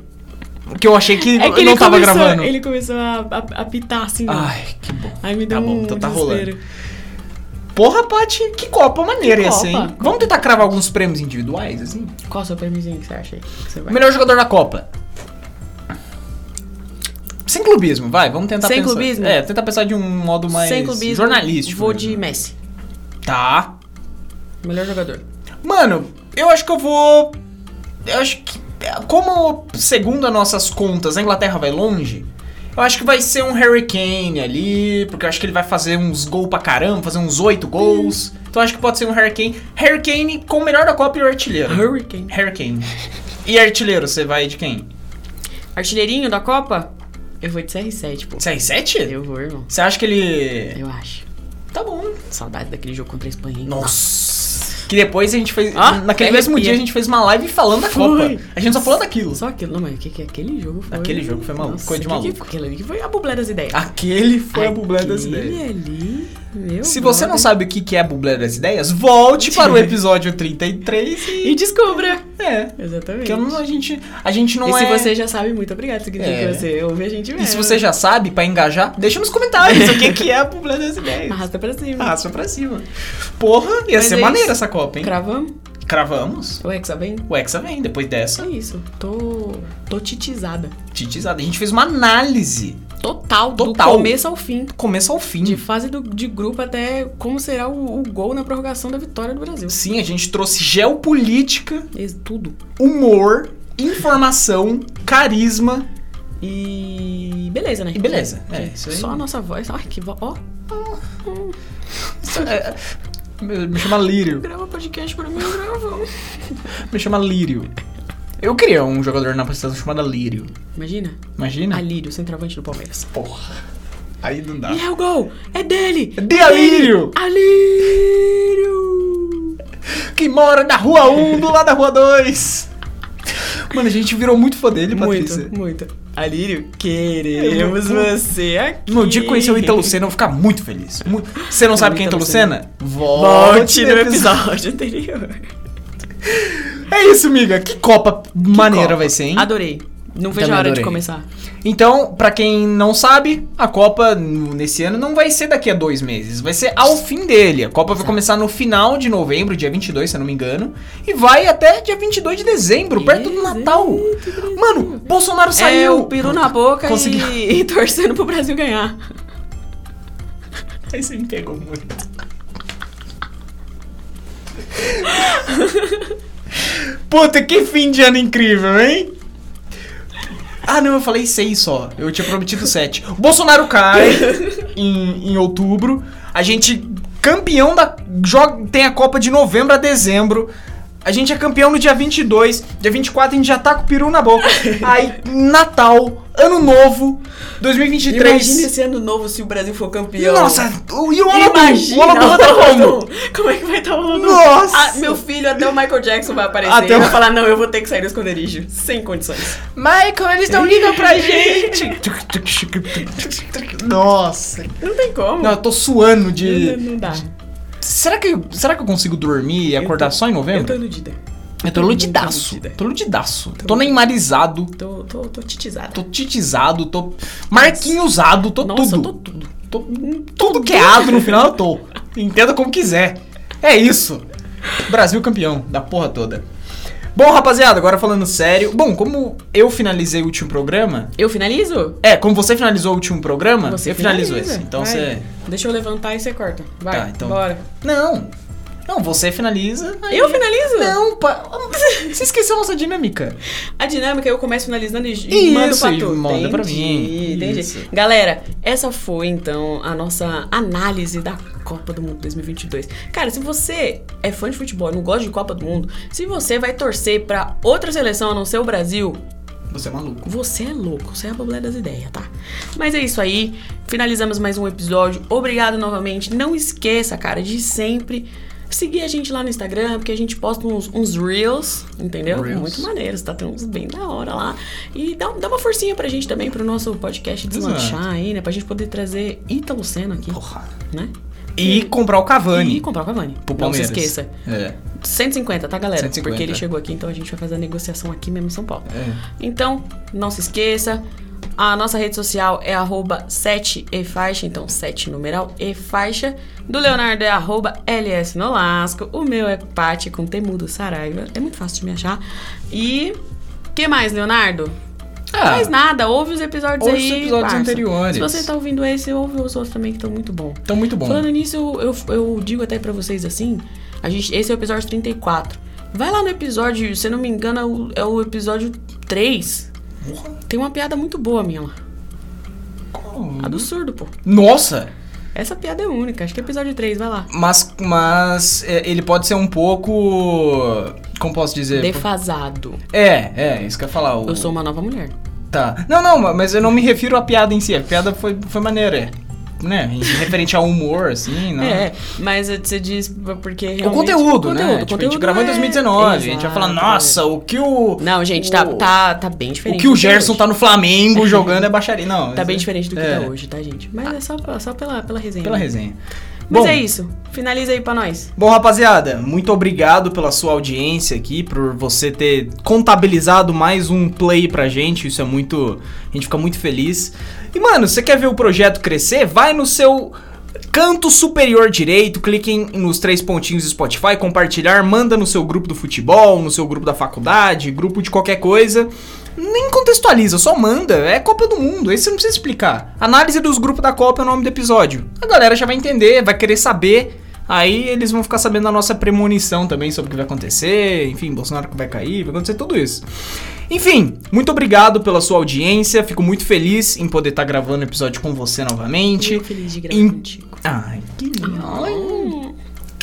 S1: Que eu achei que,
S2: É que
S1: não
S2: ele
S1: tava
S2: começou,
S1: gravando.
S2: ele começou a, a, a pitar assim. ó.
S1: Ai, que bom.
S2: Ai, me deu
S1: tá bom,
S2: um
S1: então tá
S2: desespero.
S1: Porra, Paty, que Copa maneira
S2: Que
S1: essa, hein?
S2: Copa.
S1: Vamos tentar cravar alguns prêmios individuais, assim?
S2: Qual o seu prêmiozinho que você acha aí? que você vai?
S1: Melhor jogador da Copa. Sem clubismo, vai, vamos tentar
S2: Sem
S1: pensar.
S2: clubismo?
S1: É, tentar pensar de um modo mais
S2: Sem clubismo,
S1: jornalístico.
S2: Vou
S1: né?
S2: de Messi.
S1: Tá.
S2: Melhor jogador.
S1: Mano, eu acho que eu vou. Eu acho que. Como, segundo as nossas contas, a Inglaterra vai longe, eu acho que vai ser um Harry Kane ali, porque eu acho que ele vai fazer uns gols pra caramba, fazer uns oito gols. Então eu acho que pode ser um Harry Kane. Harry Kane com o melhor da Copa e o artilheiro.
S2: Hurricane.
S1: Harry Kane. E artilheiro, você vai de quem?
S2: Artilheirinho da Copa? Eu vou de CR7, pô.
S1: CR7?
S2: Eu vou, irmão.
S1: é Você acha que ele.
S2: Eu acho.
S1: Tá bom.
S2: Saudade daquele jogo contra a Espanha. hein?
S1: Nossa. Que depois a gente fez.
S2: Ah,
S1: naquele
S2: até
S1: mesmo
S2: arrepia.
S1: dia a gente fez uma live falando da
S2: Foi.
S1: Copa. A gente só falou daquilo.
S2: Só aquilo. Não, mas o que que aquele jogo foi?
S1: Aquele jogo foi maluco,
S2: Nossa,
S1: coisa de
S2: que que-
S1: maluco.
S2: Aquilo ali que foi a bublé das ideias.
S1: Aquele foi a bublé das
S2: Aquele é
S1: ideias.
S2: ali, meu
S1: Se você não sabe o que que é a bublé das ideias, volte para o episódio 33 e...
S2: E descubra.
S1: É,
S2: Exatamente.
S1: porque eu não- a gente, a gente não
S2: e
S1: é...
S2: se você já sabe, muito obrigado. Significa
S1: É.
S2: que você ouve a gente mesmo.
S1: E se você já sabe, para engajar, deixa nos comentários o que que é a bublé das ideias.
S2: Arrasta pra cima.
S1: Arrasta pra cima. Porra, ia
S2: Mas
S1: ser
S2: é
S1: maneira
S2: isso.
S1: essa Copa, hein?
S2: Cravamos.
S1: Cravamos.
S2: O Hexa vem?
S1: O Hexa vem depois dessa.
S2: Só isso. Tô. Tô titizada.
S1: Titizada. A gente fez uma análise,
S2: Total,
S1: Total.
S2: Do começo ao fim.
S1: do começo ao fim.
S2: De fase do- de grupo até como será o, o gol na prorrogação da vitória do Brasil.
S1: Sim, a gente trouxe geopolítica,
S2: Isso tudo.
S1: humor, informação, carisma
S2: E. Beleza, né?
S1: e beleza. É, isso aí.
S2: Só a nossa voz. Ai, que voz. Ó,
S1: É, Me me chama Lírio.
S2: grava podcast pra mim, eu gravo.
S1: Me chama Lírio. Eu queria um jogador na posição chamado Lírio.
S2: Imagina.
S1: Imagina?
S2: Alírio, centroavante do Palmeiras.
S1: Porra. Aí não dá.
S2: E é o gol! É dele!
S1: Ah. De Alírio!
S2: Alírio!
S1: Que mora na rua 1, do lado da rua 2. Mano, a gente virou muito fã dele, Patrícia.
S2: Muito, muito. Alírio, queremos
S1: Eu vou-
S2: você aqui.
S1: No dia que conhecer o Ita
S2: então,
S1: Lucena, eu vou ficar muito feliz. Mu- Você não sabe quem é Ita
S2: Ita
S1: Lucena?
S2: Volte no episódio anterior.
S1: É isso, miga. Que Copa maneira vai ser, hein?
S2: Adorei. Não vejo
S1: Também
S2: a hora de
S1: adorei.
S2: começar.
S1: Então, pra quem não sabe, a Copa n- nesse ano não vai ser daqui a dois meses, vai ser ao fim dele. A Copa vai começar no final de novembro, dia 22, se eu não me engano, e vai até dia 22 de dezembro, perto do Natal. Mano, Bolsonaro
S2: É
S1: saiu.
S2: o peru na boca
S1: Consegui.
S2: e, e torcendo pro Brasil ganhar.
S1: Aí você me pegou muito. Puta, que fim de ano incrível, hein? Ah, não, eu falei seis só. Eu tinha prometido sete. O Bolsonaro cai em, em outubro. A gente, campeão da. Joga, tem a Copa de novembro a dezembro. A gente é campeão no dia 22. Dia 24 a gente já tá com o peru na boca. Aí, Natal, Ano Novo, 2023.
S2: Imagina esse ano novo se o Brasil for campeão.
S1: Nossa, o, e o Olodum?
S2: Imagina,
S1: O Olodum tá como?
S2: Como é que vai estar o Olodum?
S1: Nossa!
S2: Ah, meu filho, até o Michael Jackson vai aparecer.
S1: Até
S2: Até eu
S1: o-
S2: vou falar, não, eu vou ter que sair do esconderijo. Sem condições.
S1: Michael, eles não ligam pra gente! Nossa!
S2: Não tem como.
S1: Não, eu tô suando
S2: Não-
S1: de.
S2: não dá.
S1: Será que, será que eu consigo dormir e
S2: Eu
S1: acordar
S2: tô-
S1: só em
S2: Eu tô
S1: novembro?
S2: iludida.
S1: Eu tô ludidaço.
S2: iludida.
S1: Tô ludidaço. Tô neymarizado,
S2: Tô, tô, tô titizada.
S1: tô titizado, tô marquinhosado, tô
S2: Nossa,
S1: tudo.
S2: eu tô tudo.
S1: Tô tudo queado no final eu tô. Entenda como quiser. É isso. Brasil campeão da porra toda. Bom, rapaziada, agora falando sério. Bom, como eu finalizei o último programa.
S2: Eu finalizo?
S1: É, como você finalizou o último programa,
S2: Você
S1: eu finalizo
S2: finaliza,
S1: esse. Então
S2: vai.
S1: você.
S2: Deixa eu levantar e você corta. Vai,
S1: Tá, então.
S2: bora.
S1: Não! Não, você finaliza. aí-
S2: Ah, Eu finalizo?
S1: Não, pa... você esqueceu a nossa dinâmica.
S2: A dinâmica eu começo finalizando e
S1: Isso,
S2: e mando pra
S1: e
S2: tu.
S1: manda pra
S2: Entendi,
S1: mim.
S2: Entendi.
S1: Isso.
S2: Galera, essa foi então a nossa análise da Copa do Mundo 2022. Cara, se você é fã de futebol, e não gosta de Copa do Mundo, se você vai torcer pra outra seleção a não ser o Brasil,
S1: Você é maluco.
S2: você é louco, você é a boblé das ideias, tá? Mas é isso aí, finalizamos mais um episódio. Obrigado novamente. Não esqueça, cara, de sempre seguir a gente lá no Instagram, porque a gente posta uns, uns reels, entendeu?
S1: Reels.
S2: Muito maneiros, tá? Tem uns bem da hora lá. E dá, dá uma forcinha pra gente também, pro nosso podcast desmanchar aí, né? Pra gente poder trazer Ita Lucena aqui,
S1: Porra.
S2: né?
S1: E comprar o
S2: E
S1: Cavani.
S2: comprar o Cavani.
S1: Pro
S2: Não se
S1: Palmeiras.
S2: esqueça.
S1: É.
S2: 150, tá, galera?
S1: 150.
S2: Porque ele chegou aqui, então a gente vai fazer a negociação aqui mesmo em São Paulo.
S1: É.
S2: Então, não se esqueça. A nossa rede social é arroba 7 e faixa, então 7 numeral e faixa. Do Leonardo é arroba LS Nolasco. O meu é Pati com Temudo Saraiva. É muito fácil de me achar. E. que mais, Leonardo?
S1: Ah,
S2: Mais nada, ouve os episódios
S1: Ouve
S2: aí.
S1: os episódios
S2: parça.
S1: anteriores.
S2: Se você tá ouvindo esse, ouve os outros também que estão muito bom.
S1: Então, muito bom.
S2: Falando nisso, eu, eu digo até pra vocês assim, a gente, esse é o episódio 34. Vai lá no episódio, se eu não me engano, é o, é o episódio 3. Tem uma piada muito boa minha lá.
S1: Uhum.
S2: A do surdo, pô.
S1: Nossa!
S2: Essa piada é única, acho que é episódio 3, vai lá.
S1: Mas, mas é, ele pode ser um pouco. Como posso dizer?
S2: Defasado.
S1: É, é, isso que eu ia falar. o-
S2: Eu sou um uma nova mulher.
S1: Tá. Não, não, mas eu não me refiro à piada em si. A piada foi, foi maneira, é. Né? Em- Referente ao humor, assim, não.
S2: É, mas você diz porque realmente...
S1: O conteúdo,
S2: o
S1: né?
S2: conteúdo, o
S1: Tipo, a gente
S2: conteúdo
S1: gravou em
S2: é-
S1: 2019, a gente vai
S2: Exato,
S1: falar, nossa, o que o.
S2: Não, gente, tá,
S1: o-
S2: tá, tá bem
S1: O
S2: diferente.
S1: que o
S2: do é
S1: Gerson
S2: hoje.
S1: tá no Flamengo jogando é baixaria. Não.
S2: Tá
S1: isso
S2: bem
S1: é-
S2: diferente do que
S1: é,
S2: tá hoje, tá, gente? Mas é só, só pela, pela resenha.
S1: Pela
S2: né?
S1: resenha.
S2: Mas
S1: Bom,
S2: é isso. Finaliza aí pra nós.
S1: Bom, rapaziada, muito obrigado pela sua audiência aqui, por você ter contabilizado mais um play pra gente. Isso é muito. A gente fica muito feliz. E, mano, você quer ver o projeto crescer? Vai no seu. Canto superior direito, cliquem nos três pontinhos do Spotify, compartilhar, manda no seu grupo do futebol, no seu grupo da faculdade, grupo de qualquer coisa. Nem contextualiza, só manda. É Copa do Mundo, esse não precisa explicar. Análise dos grupos da Copa é o nome do episódio. A galera já vai entender, vai querer saber. Aí eles vão ficar sabendo da nossa premonição também sobre o que vai acontecer, enfim, Bolsonaro que vai cair, vai acontecer tudo isso. Enfim, muito obrigado pela sua audiência, fico muito feliz em poder estar gravando o episódio com você novamente.
S2: Fico feliz de gravar
S1: Em-
S2: contigo.
S1: Ai, que lindo.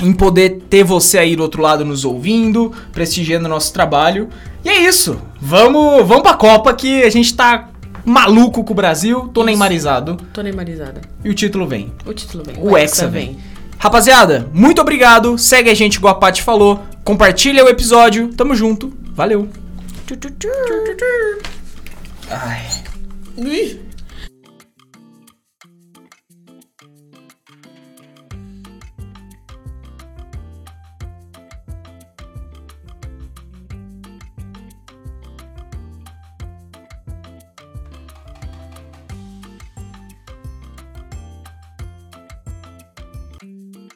S1: Em poder ter você aí do outro lado nos ouvindo, prestigiando o nosso trabalho. E é isso. Vamos, vamos pra Copa que a gente tá maluco com o Brasil. Tô neymarizado.
S2: Tô neymarizada.
S1: E o título vem.
S2: O título vem.
S1: O Hexa vem. Rapaziada, muito obrigado. Segue a gente, igual a Paty falou. Compartilha o episódio. Tamo junto. Valeu.
S2: Tchu, tchu, tchu, tchu, tchu.
S1: Ai.
S2: Ih.